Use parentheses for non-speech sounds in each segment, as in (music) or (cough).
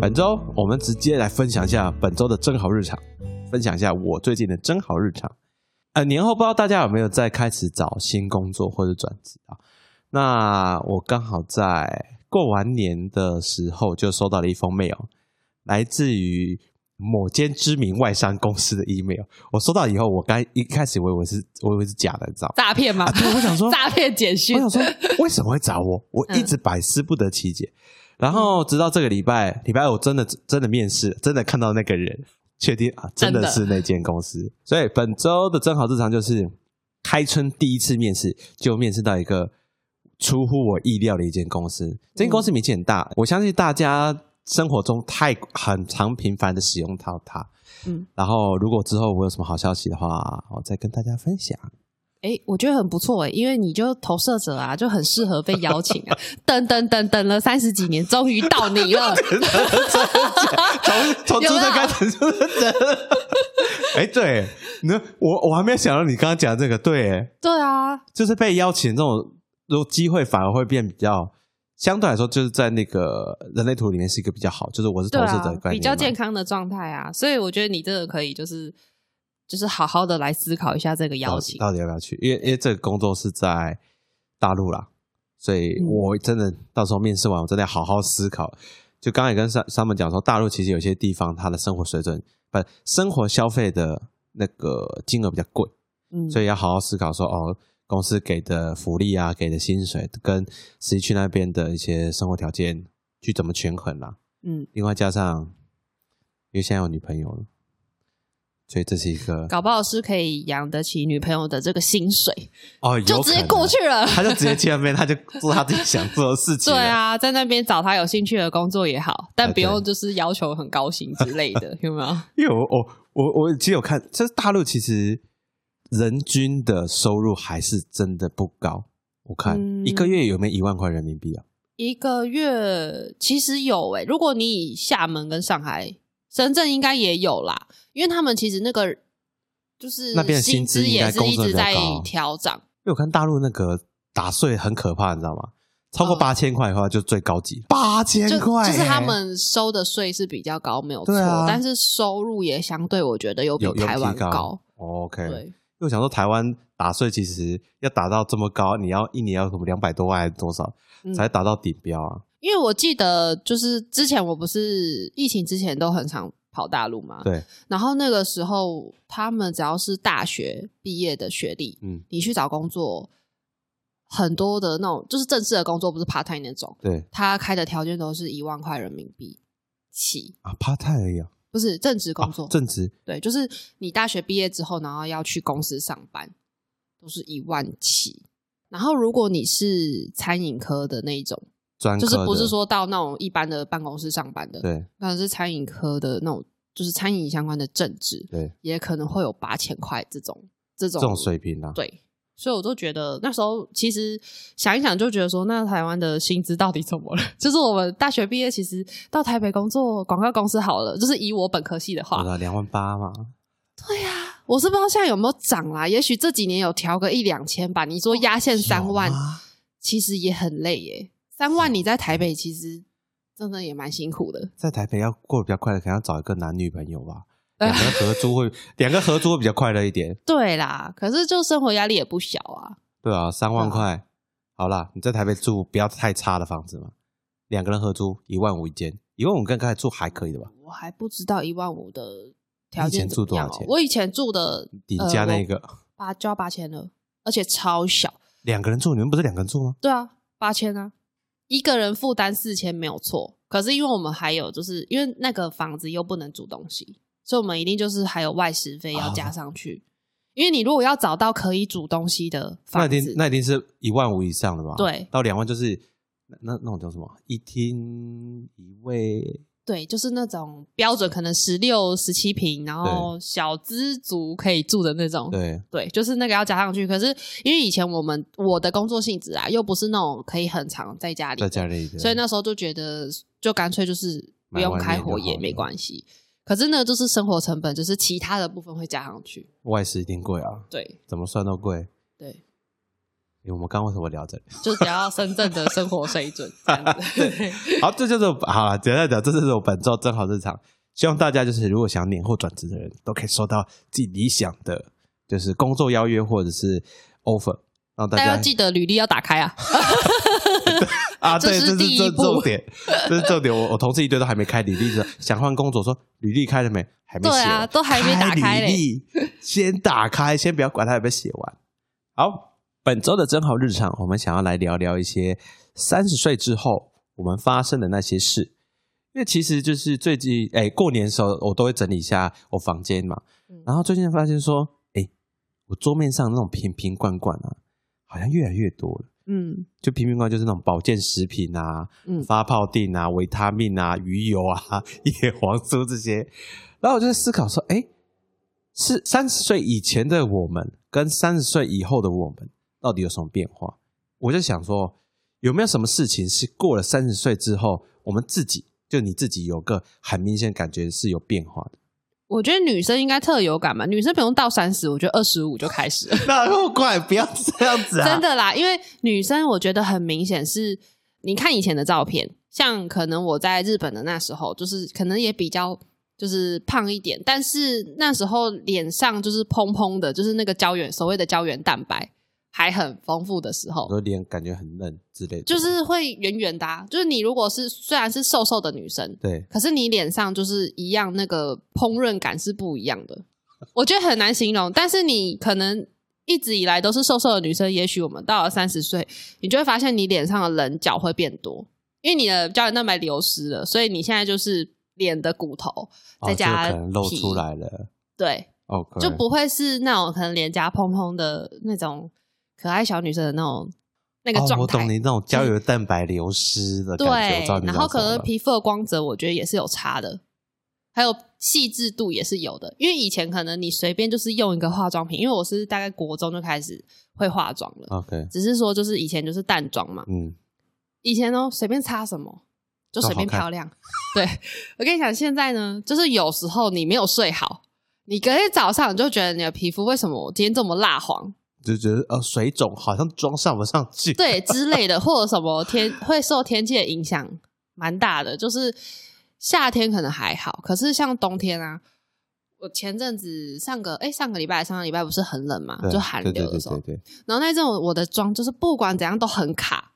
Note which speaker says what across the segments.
Speaker 1: 本周我们直接来分享一下本周的真好日常，分享一下我最近的真好日常。呃，年后不知道大家有没有在开始找新工作或者转职啊？那我刚好在过完年的时候就收到了一封 mail，来自于某间知名外商公司的 email。我收到以后，我刚一开始以为我是我以为是假的，你知道吗？
Speaker 2: (laughs) 诈骗吗
Speaker 3: (laughs)
Speaker 1: 啊，对，我想说
Speaker 2: 诈骗简讯
Speaker 1: 我想说，为什么会找 (laughs) 我？我一直百思不得其解。然后直到这个礼拜，礼拜我真的真的面试，真的看到那个人，确定啊，真的
Speaker 2: 真的
Speaker 1: 是那间公司。所以本周的正好日常就是开春第一次面试，就面试到一个出乎我意料的一间公司。这间公司名气很大，我相信大家生活中太很常频繁的使用到它。
Speaker 3: 嗯，
Speaker 1: 然后如果之后我有什么好消息的话，我再跟大家分享。
Speaker 3: 哎，我觉得很不错哎，因为你就投射者啊，就很适合被邀请 (laughs) 啊。等等等等了三十几年，终于到你了。
Speaker 1: 从从
Speaker 3: 有
Speaker 1: 出
Speaker 3: 没有
Speaker 1: 生开始，出生的。哎，对，那我我还没有想到你刚刚讲这个，对，
Speaker 3: (laughs) 对啊，
Speaker 1: 就是被邀请这种，如果机会反而会变比较，相对来说就是在那个人类图里面是一个比较好，就是我是投
Speaker 3: 对
Speaker 1: 射者
Speaker 3: 啊
Speaker 1: 的，概念嘛、
Speaker 3: 比较健康的状态啊，所以我觉得你这个可以就是就是好好的来思考一下这个
Speaker 1: 到
Speaker 3: 邀
Speaker 1: 底
Speaker 3: 请。
Speaker 1: 到底要不要去？因为因为这个工作是在大陆啦，所以
Speaker 3: 嗯
Speaker 1: 我真的到时候面试完，我真的要好好思考。就刚才也跟上上面讲说，大陆其实有些地方它的生活水准不生活消费的那个金额比较贵，
Speaker 3: 嗯，
Speaker 1: 所以要好好思考说哦，公司给的福利啊，给的薪水跟实际去那边的一些生活条件去怎么权衡啦、
Speaker 3: 嗯，
Speaker 1: 另外加上，因为现在有女朋友了，所以这是一个
Speaker 3: 搞不好是可以养得起女朋友的这个薪水，
Speaker 1: 哦，
Speaker 3: 就
Speaker 1: 有
Speaker 3: 直
Speaker 1: 可
Speaker 3: 接
Speaker 1: 能
Speaker 3: 过去
Speaker 1: (laughs)
Speaker 3: 了。
Speaker 1: 他就直接去那边，他就做他自己想做的事情。
Speaker 3: 对，啊，在那边找他有兴趣的工作也好，但
Speaker 1: 哎
Speaker 3: 不
Speaker 1: 对
Speaker 3: 用就是要求很高薪之类
Speaker 1: (laughs)
Speaker 3: 的，有没有？
Speaker 1: 因为我我我我其实有看，就是大陆其实人均的收入还是真的不高。我看、
Speaker 3: 嗯
Speaker 1: 一个月有没有一万块人民币啊？
Speaker 3: 一个月其实有诶、如果你以厦门跟上海、深圳应该也有啦，因为他们其实那个就是
Speaker 1: 那边的薪
Speaker 3: 薪
Speaker 1: 资
Speaker 3: 资
Speaker 1: 应该
Speaker 3: 也是
Speaker 1: 工
Speaker 3: 一
Speaker 1: 资
Speaker 3: 直
Speaker 1: 比较
Speaker 3: 在
Speaker 1: 高
Speaker 3: 调涨。
Speaker 1: 因为我看大陆那个打碎很可怕，你知道吗？超过
Speaker 3: 哦
Speaker 1: 八千块的话就最高级，八千
Speaker 3: 就
Speaker 1: 块
Speaker 3: 就是他
Speaker 1: 欸
Speaker 3: 们收的税是比较高，没有错，
Speaker 1: 对啊
Speaker 3: 但是收入也相对我觉得有比
Speaker 1: 有有
Speaker 3: 台
Speaker 1: 提
Speaker 3: 湾
Speaker 1: 高。OK，因哦为
Speaker 3: 对，
Speaker 1: 我想说台湾打碎其实要打到这么高，你要一年要什么两百多万还是多少、
Speaker 3: 嗯
Speaker 1: 才打到顶标啊？
Speaker 3: 因为我记得就是之前我不是疫情之前都很常跑大陆嘛，
Speaker 1: 对，
Speaker 3: 然后那个时候他们只要是大学毕业的学历，
Speaker 1: 嗯，
Speaker 3: 你去找工作，很多的那种就是正式的工作，不是 part time 那种，
Speaker 1: 对
Speaker 3: 他开的条件都是一万块人民币起，
Speaker 1: 啊，趴太而已啊，
Speaker 3: 不是正职工作，
Speaker 1: 啊正职
Speaker 3: 对，就是你大学毕业之后，然后要去公司上班，都是一万起。然后如果你是餐饮科的那一种，
Speaker 1: 专
Speaker 3: 就是
Speaker 1: 科
Speaker 3: 不
Speaker 1: 的
Speaker 3: 是说到那种一般的办公室上班的，
Speaker 1: 对
Speaker 3: 那是餐饮科的那种，就是餐饮相关的正职，
Speaker 1: 对
Speaker 3: 也可能会有八千块这种这
Speaker 1: 这
Speaker 3: 种
Speaker 1: 种水平啊，
Speaker 3: 对，所以我都觉得那时候其实想一想就觉得说，那台湾的薪资到底怎么了？ (laughs) 就是我们大学毕业，其实到台北工作广告公司好了，就是以我本科系的话，
Speaker 1: 对啊，两万八嘛，
Speaker 3: 对呀、我是不知道现在有没有涨啦，也许这几年有调个一两千吧。你说压线三万
Speaker 1: 有吗，
Speaker 3: 其实也很累耶。三万你在台北其实真的也蛮辛苦的。
Speaker 1: 在台北要过得比较快乐，可能要找一个男女朋友吧，两个合租会两个合租会比较快乐一点，
Speaker 3: 对啦，可是就生活压力也不小啊。
Speaker 1: 对啊，三万
Speaker 3: 对啊
Speaker 1: 块，好啦，你在台北住不要太差的房子嘛，两个人合租一万五一间，一万五跟刚才住还可以的吧，
Speaker 3: 我还不知道一万五的条
Speaker 1: 你以前
Speaker 3: 件
Speaker 1: 住
Speaker 3: 怎么样、
Speaker 1: 多少
Speaker 3: 哦
Speaker 1: 钱。
Speaker 3: 我以前住的
Speaker 1: 你家那
Speaker 3: 呃
Speaker 1: 个
Speaker 3: 我八就要八千了，而且超小。
Speaker 1: 两个人住，你们不是两个人住吗？
Speaker 3: 对啊，八千啊，一个人负担四千没有错。可是因为我们还有，就是因为那个房子又不能煮东西，所以我们一定就是还有外食费
Speaker 1: 啊
Speaker 3: 要加上去。因为你如果要找到可以煮东西的
Speaker 1: 那
Speaker 3: 房
Speaker 1: 一定
Speaker 3: 子，
Speaker 1: 那一定是一万五以上的吧？
Speaker 3: 对
Speaker 1: 到两万就是那那那种叫什么？一厅一卫
Speaker 3: 对，就是那种标准，可能十六、十七平，然后小资族可以住的那种。
Speaker 1: 对，
Speaker 3: 对，就是那个要加上去。可是因为以前我们我的工作性质啊，又不是那种可以很常在家里
Speaker 1: 在
Speaker 3: 的，
Speaker 1: 家里的，
Speaker 3: 所以那时候就觉得，就干脆就是不
Speaker 1: 买
Speaker 3: 用
Speaker 1: 外
Speaker 3: 开
Speaker 1: 面就
Speaker 3: 火也
Speaker 1: 好
Speaker 3: 没
Speaker 1: 了
Speaker 3: 关系。可是呢，就是生活成本，就是其他的部分会加上去。
Speaker 1: 外食一定贵啊，
Speaker 3: 对
Speaker 1: 怎么算都贵。
Speaker 3: 对，
Speaker 1: 诶我们刚刚为什么聊这里？
Speaker 3: 就只要深圳的生活水准这样子。对
Speaker 1: (laughs) 好，这就是好了，简单讲，这就是我本周正好日常。希望大家就是如果想年后转职的人，都可以收到自己理想的就是工作邀约或者是 offer，让大
Speaker 3: 大家
Speaker 1: 家
Speaker 3: 要记得履历要打开啊。
Speaker 1: (laughs) 啊，
Speaker 3: 这
Speaker 1: 对，
Speaker 3: 是
Speaker 1: 这是
Speaker 3: 第一
Speaker 1: 这
Speaker 3: 步
Speaker 1: 重点，这是重点。我我同事一堆都还没开履历的，想换工作，说履历开了没？还没写
Speaker 3: 对
Speaker 1: 完，
Speaker 3: 啊都还没打开嘞
Speaker 1: 履历 (laughs) 先打开，先不要管它有没有写完。好，本周的真好日常，我们想要来聊聊一些三十岁之后我们发生的那些事。因为其实就是最近，哎、过年的时候我都会整理一下我房间嘛，
Speaker 3: 嗯
Speaker 1: 然后最近发现说，哎、我桌面上那种瓶瓶罐罐啊，好像越来越多了。
Speaker 3: 嗯
Speaker 1: 就瓶瓶罐就是那种保健食品啊、
Speaker 3: 嗯
Speaker 1: 发泡定啊、维他命啊、鱼油啊、 (laughs) 叶黄素这些。然后我就在思考说，哎，是三十岁以前的我们跟三十岁以后的我们到底有什么变化？我就想说，有没有什么事情是过了三十岁之后，我们自己就你自己有个很明显感觉是有变化的？
Speaker 3: 我觉得女生应该特有感吧，女生不用到三十，我觉得二十五就开始了，
Speaker 1: (laughs) 那么快，不要这样子啊！
Speaker 3: 真的啦。因为女生我觉得很明显是，你看以前的照片，像可能我在日本的那时候，就是可能也比较就是胖一点，但是那时候脸上就是蓬蓬的，就是那个胶原所谓的胶原蛋白还很丰富的时候
Speaker 1: 我，的脸感觉很嫩之类的，
Speaker 3: 就是会圆圆的、啊。就是你如果是虽然是瘦瘦的女生，
Speaker 1: 对，
Speaker 3: 可是你脸上就是一样，那个烹饪感是不一样的，我觉得很难形容。但是你可能一直以来都是瘦瘦的女生，也许我们到了三十岁，你就会发现你脸上的棱角会变多，因为你的胶原蛋白流失了，所以你现在就是脸的骨头
Speaker 1: 哦
Speaker 3: 再
Speaker 1: 这个
Speaker 3: 加
Speaker 1: 可能露
Speaker 3: 皮
Speaker 1: 出，来了。哦
Speaker 3: 对，
Speaker 1: OK，
Speaker 3: 就不会是那种可能脸颊蓬蓬的那种可爱小女生的那种那个
Speaker 1: 哦、
Speaker 3: 状
Speaker 1: 我
Speaker 3: 态。嗯
Speaker 1: 懂你那种胶原蛋白流失的感觉，我
Speaker 3: 对
Speaker 1: 知道，你
Speaker 3: 然
Speaker 1: 讲
Speaker 3: 后
Speaker 1: 什
Speaker 3: 可
Speaker 1: 么
Speaker 3: 能
Speaker 1: 了
Speaker 3: 皮肤的光泽，我觉得也是有差的，还有细致度也是有的。因为以前可能你随便就是用一个化妆品，因为我是大概国中就开始会化妆了，
Speaker 1: OK，
Speaker 3: 只是说就是以前就是淡妆嘛，
Speaker 1: 嗯，
Speaker 3: 以前呢随便擦什么就随
Speaker 1: 哦
Speaker 3: 便
Speaker 1: 都好看
Speaker 3: 漂亮。对我跟你讲，现在呢，就是有时候你没有睡好，你隔天早上你就觉得你的皮肤为什么我今天这么蜡黄，
Speaker 1: 就觉得呃水肿好像妆上不上去，
Speaker 3: 对之类的，或者什么天会受天气的影响蛮大的。就是夏天可能还好，可是像冬天啊，我前阵子上个哎、上个礼拜上个礼拜不是很冷嘛，
Speaker 1: 对，
Speaker 3: 就寒
Speaker 1: 对
Speaker 3: 流的时候，
Speaker 1: 对对对对
Speaker 3: 然后那阵我我的妆就是不管怎样都很卡，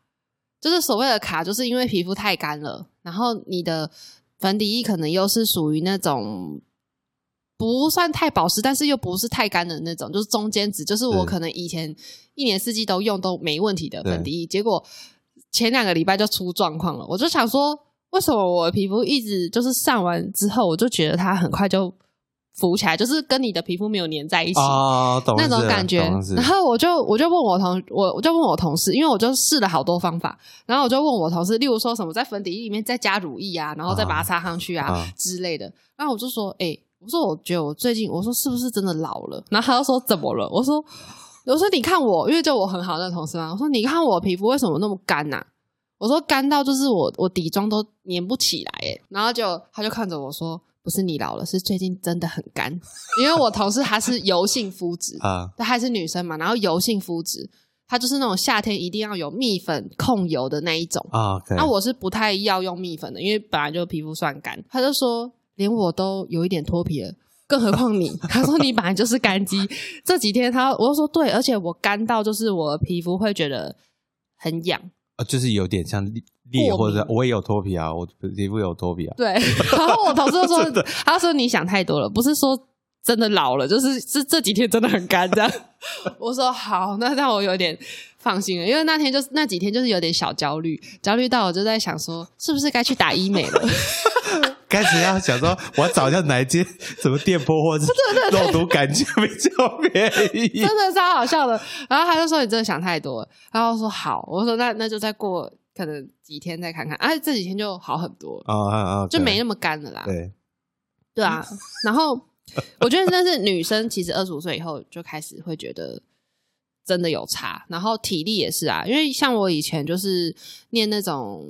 Speaker 3: 就是所谓的卡，就是因为皮肤太干了，然后你的粉底液可能又是属于那种。不算太保湿，但是又不是太干的那种，就是中间值，就是我
Speaker 1: 对
Speaker 3: 可能以前一年四季都用都没问题的
Speaker 1: 对
Speaker 3: 粉底液，结果前两个礼拜就出状况了。我就想说，为什么我的皮肤一直就是上完之后，我就觉得它很快就浮起来，就是跟你的皮肤没有粘在一起。
Speaker 1: 啊，懂
Speaker 3: 那
Speaker 1: 意思
Speaker 3: 种
Speaker 1: 了
Speaker 3: 感觉
Speaker 1: 懂意思。
Speaker 3: 然后我就我就问我同我我就问我同事，因为我就试了好多方法，然后我就问我同事，例如说什么在粉底液里面再加乳液啊，然后再把它擦上去啊
Speaker 1: 啊
Speaker 3: 之类的。然后我就说，哎、我说我觉得我最近，我说是不是真的老了？然后他就说怎么了？我说我说你看我，因为就我很好的那个同事啊嘛，我说你看我皮肤为什么那么干呐、我说干到就是我我底妆都粘不起来哎，然后就他就看着我说，不是你老了，是最近真的很干，因为我同事她是油性肤质，
Speaker 1: 啊，
Speaker 3: 对，她也是女生嘛，然后油性肤质，她就是那种夏天一定要有蜜粉控油的那一种。
Speaker 1: 啊，OK，
Speaker 3: 那、我是不太要用蜜粉的，因为本来就皮肤算干。她就说，连我都有一点脱皮了。更何况你， (laughs) 她说你本来就是干肌，这几天她我就说对，而且我干到就是我的皮肤会觉得很痒，
Speaker 1: 啊就是有点像裂裂，
Speaker 3: 过
Speaker 1: 或
Speaker 3: 敏
Speaker 1: 者我也有脱皮啊，我皮肤有脱皮啊，
Speaker 3: 对，然后我同事就说，他说你想太多了，不是说真的老了，就是是这几天真的很干这样。 (laughs) 我说好，那让我有点放心了，因为那天就是那几天就是有点小焦虑，焦虑到我就在想说，是不是该去打医美了？
Speaker 1: 开始要想说我要找一下哪一间什么电波或者肉毒杆菌比较便宜
Speaker 3: 真，的超好笑的。然后他就说你真的想太多了，然后我说好，我说那那就再过。可能几天再看看，哎、这几天就好很多了，
Speaker 1: 啊啊啊，
Speaker 3: 就
Speaker 1: 对
Speaker 3: 没那么干了啦。
Speaker 1: 对，
Speaker 3: 对啊，然后我觉得，但是女生其实二十五岁以后就开始会觉得真的有差，然后体力也是啊，因为像我以前就是念那种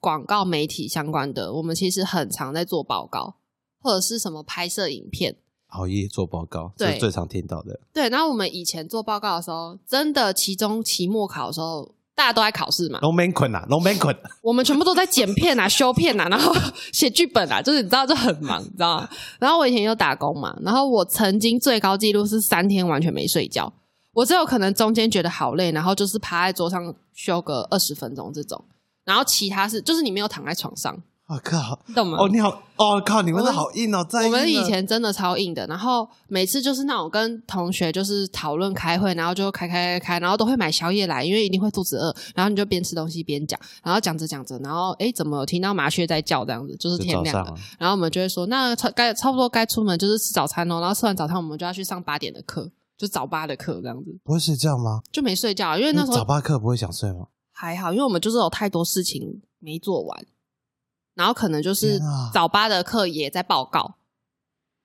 Speaker 3: 广告媒体相关的，我们其实很常在做报告或者是什么拍摄影片，
Speaker 1: 熬夜做报告，这
Speaker 3: 对
Speaker 1: 是最常听到的。
Speaker 3: 对，然后我们以前做报告的时候，真的期中、期末考的时候，大家都在考试嘛，
Speaker 1: 龙门捆啊，龙门捆，
Speaker 3: 我们全部都在剪片啊、修片啊，然后写剧本啊，就是你知道，就很忙，你知道吗？然后我以前有打工嘛，然后我曾经最高纪录是三天完全没睡觉，我只有可能中间觉得好累，然后就是趴在桌上休个二十分钟这种，然后其他是就是你没有躺在床上，
Speaker 1: 我啊靠，
Speaker 3: 你懂吗？
Speaker 1: 哦你好，哦靠，你们
Speaker 3: 我
Speaker 1: 的
Speaker 3: 们
Speaker 1: 好硬哦，在
Speaker 3: 我们以前真的超硬的，然后每次就是那种跟同学就是讨论开会，然后就开开开开，然后都会买宵夜来，因为一定会肚子饿，然后你就边吃东西边讲，然后讲着讲着，然后诶怎么有听到麻雀在叫这样子，就是天
Speaker 1: 早
Speaker 3: 亮
Speaker 1: 上
Speaker 3: 了，
Speaker 1: 啊，
Speaker 3: 然后我们就会说那差该差不多该出门就是吃早餐喽，然后吃完早餐我们就要去上八点的课，就早八的课这样子，
Speaker 1: 不会睡觉吗？
Speaker 3: 就没睡觉，因为那
Speaker 1: 那
Speaker 3: 时
Speaker 1: 早
Speaker 3: 候
Speaker 1: 八课不会想睡吗？
Speaker 3: 还好，因为我们就是有太多事情没做完，然后可能就是
Speaker 1: 天啊
Speaker 3: 早八的课也在报告，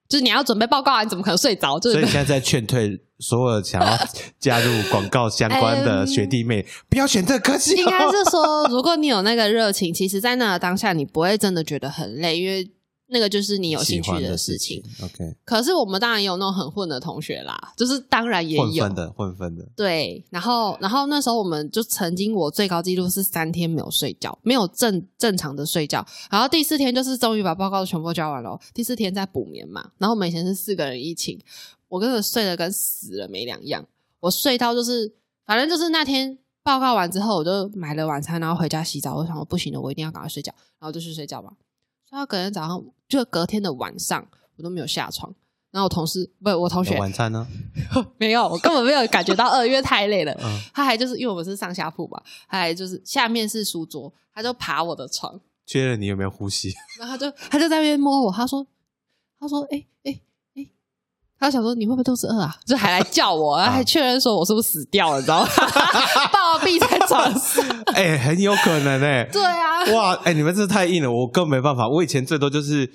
Speaker 3: 就是你要准备报告啊，你怎么可能睡着？就
Speaker 1: 所以
Speaker 3: 是
Speaker 1: 你现在在劝退所有想要加入广告相关
Speaker 3: (laughs)
Speaker 1: 的学弟妹，不要选这个科系
Speaker 3: 哎应
Speaker 1: 哦。
Speaker 3: 该是
Speaker 1: (laughs)
Speaker 3: 说，如果你有那个热情，其实，在那个当下，你不会真的觉得很累，因为那个就是你有兴
Speaker 1: 喜
Speaker 3: 趣
Speaker 1: 欢的
Speaker 3: 事情。
Speaker 1: 情。OK，
Speaker 3: 可是我们当然也有那种很混的同学啦，就是当然也
Speaker 1: 混
Speaker 3: 有
Speaker 1: 分的，混分的，
Speaker 3: 对，然后然后那时候我们就曾经我最高纪录是三天没有睡觉，没有正正常的睡觉，然后第四天就是终于把报告全部交完了，第四天再补眠嘛，然后我们以前是四个人一寝，我根本睡得跟死了没两样，我睡到就是反正就是那天报告完之后，我就买了晚餐，然后回家洗澡，我想说不行了，我一定要赶快睡觉，然后就去睡觉吧，睡到隔天早上，就隔天的晚上我都没有下床。然后我同事不，我同学
Speaker 1: 那晚餐呢？
Speaker 3: (laughs) 没有，我根本没有感觉到饿，因为太累了。
Speaker 1: 嗯，
Speaker 3: 他还就是因为我们是上下铺嘛，他还就是下面是书桌，他就爬我的床，
Speaker 1: 确认你有没有呼吸？ (laughs)
Speaker 3: 然后他就他就在那边摸我，他说他说哎哎哎，他想说你会不会肚子饿啊？就还来叫我，然后还确认说我是不是死掉了，你知道吗？ (laughs) 抱我毙在床 (laughs) 上，
Speaker 1: 哎，很有可能
Speaker 3: (laughs)
Speaker 1: 哎。
Speaker 3: 对啊，
Speaker 1: 哇，哎，你们这太硬了，我更没办法。我以前最多就是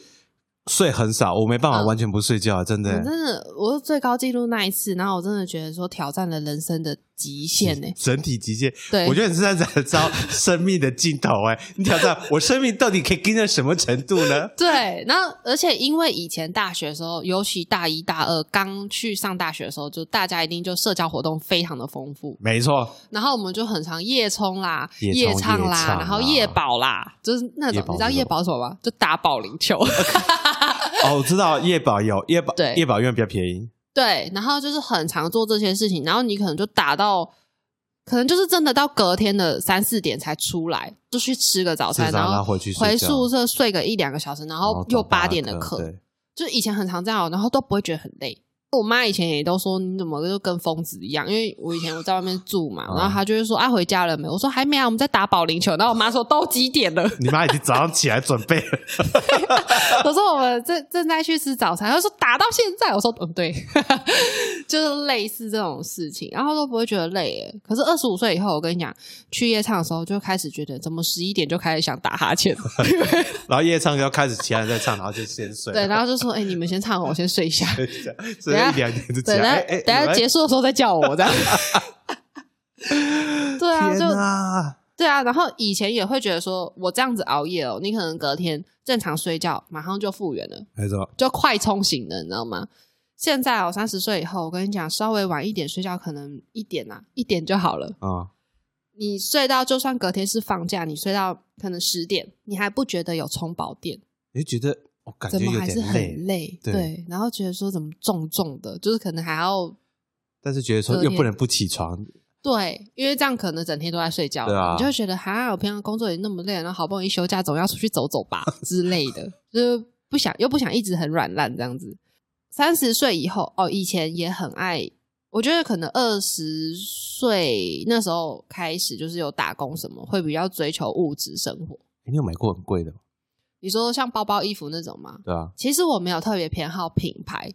Speaker 1: 睡很少，我没办法
Speaker 3: 嗯
Speaker 1: 完全不睡觉，真的
Speaker 3: 我
Speaker 1: 欸。
Speaker 3: 真的我最高纪录那一次，然后我真的觉得说挑战了人生的极限呢、欸
Speaker 1: 整体极限，
Speaker 3: 对
Speaker 1: 我觉得你是在燃烧生命的尽头哎、你挑战我生命到底可以跟到什么程度
Speaker 3: (laughs)
Speaker 1: 呢？
Speaker 3: 对，然后而且因为以前大学的时候，尤其大一大二刚去上大学的时候，就大家一定就社交活动非常的丰富，
Speaker 1: 没错，
Speaker 3: 然后我们就很常夜冲啦、
Speaker 1: 夜冲
Speaker 3: 唱啦，
Speaker 1: 夜唱啊
Speaker 3: 然后夜保啦，就是那
Speaker 1: 夜
Speaker 3: 种
Speaker 1: 保
Speaker 3: 你知道
Speaker 1: 是什
Speaker 3: 夜
Speaker 1: 么
Speaker 3: 保什么吗？就打保
Speaker 1: (laughs)
Speaker 3: 龄球。
Speaker 1: 哦，我知道夜保有夜保，
Speaker 3: 对
Speaker 1: 夜保因为比较便宜，
Speaker 3: 对，然后就是很常做这些事情，然后你可能就打到，可能就是真的到隔天的三四点才出来，就去吃个早
Speaker 1: 至
Speaker 3: 餐，
Speaker 1: 少
Speaker 3: 然
Speaker 1: 让他
Speaker 3: 后
Speaker 1: 回去
Speaker 3: 回
Speaker 1: 睡觉哦
Speaker 3: 宿舍睡个一两个小时，然
Speaker 1: 然
Speaker 3: 后
Speaker 1: 后
Speaker 3: 又
Speaker 1: 早八
Speaker 3: 八点的
Speaker 1: 课，
Speaker 3: 课，
Speaker 1: 对
Speaker 3: 就以前很常这样哦，然后都不会觉得很累。我妈以前也都说你怎么就跟疯子一样，因为我以前我在外面住嘛，
Speaker 1: 嗯
Speaker 3: 然后她就会说啊回家了没？我说还没啊，我们在打保龄球。然后我妈说都几点了？ (laughs)
Speaker 1: 你妈已经早上起来准备了， (laughs)
Speaker 3: 我说我们正正在去吃早餐。她说打到现在。我说嗯对， (laughs) 就是类似这种事情，然后都不会觉得累耶。可是二十五岁以后，我跟你讲，去夜唱的时候就开始觉得怎么十一点就开始想打哈欠，
Speaker 1: 然后夜唱就要开始，其他人在唱，然后就先睡。
Speaker 3: 对，然后就说哎、你们先唱，我先睡一下。
Speaker 1: 睡一下， (laughs) 所以一两点就起
Speaker 3: 对，等下、
Speaker 1: 来。哎，
Speaker 3: 等下结
Speaker 1: 束。
Speaker 3: 束的时候再叫
Speaker 1: (laughs)
Speaker 3: 我这样。对啊，
Speaker 1: 天
Speaker 3: 就
Speaker 1: 啊！
Speaker 3: 对啊，然后以前也会觉得说，我这样子熬夜哦，你可能隔天正常睡觉，马上就复原了，
Speaker 1: 没错，
Speaker 3: 就快冲醒了，你知道吗？现在哦，三十岁以后，我跟你讲，稍微晚一点睡觉，可能一点啊，一点就好了。
Speaker 1: 啊，
Speaker 3: 你睡到就算隔天是放假，你睡到可能十点，你还不觉得有充饱电，
Speaker 1: 你就觉得我感觉
Speaker 3: 怎么
Speaker 1: 有
Speaker 3: 还是
Speaker 1: 点
Speaker 3: 很
Speaker 1: 累，
Speaker 3: 累？
Speaker 1: 对
Speaker 3: 对，然后觉得说怎么重重的，就是可能还要
Speaker 1: 但是觉得
Speaker 3: 有
Speaker 1: 说又不
Speaker 3: 点
Speaker 1: 能不起床，
Speaker 3: 对，因为这样可能整天都在睡觉，
Speaker 1: 对啊
Speaker 3: 你就会觉得哈，我平常工作也那么累，然后好不容易休假，总要出去走走
Speaker 1: (laughs)
Speaker 3: 吧之类的，就是不想又不想一直很软烂这样子。三十岁以后，哦，以前也很爱，我觉得可能二十岁那时候开始就是有打工什么，会比较追求物质生活。
Speaker 1: 你有买过很贵的吗？
Speaker 3: 你说像包包、衣服那种吗？
Speaker 1: 对啊，
Speaker 3: 其实我没有特别偏好品牌，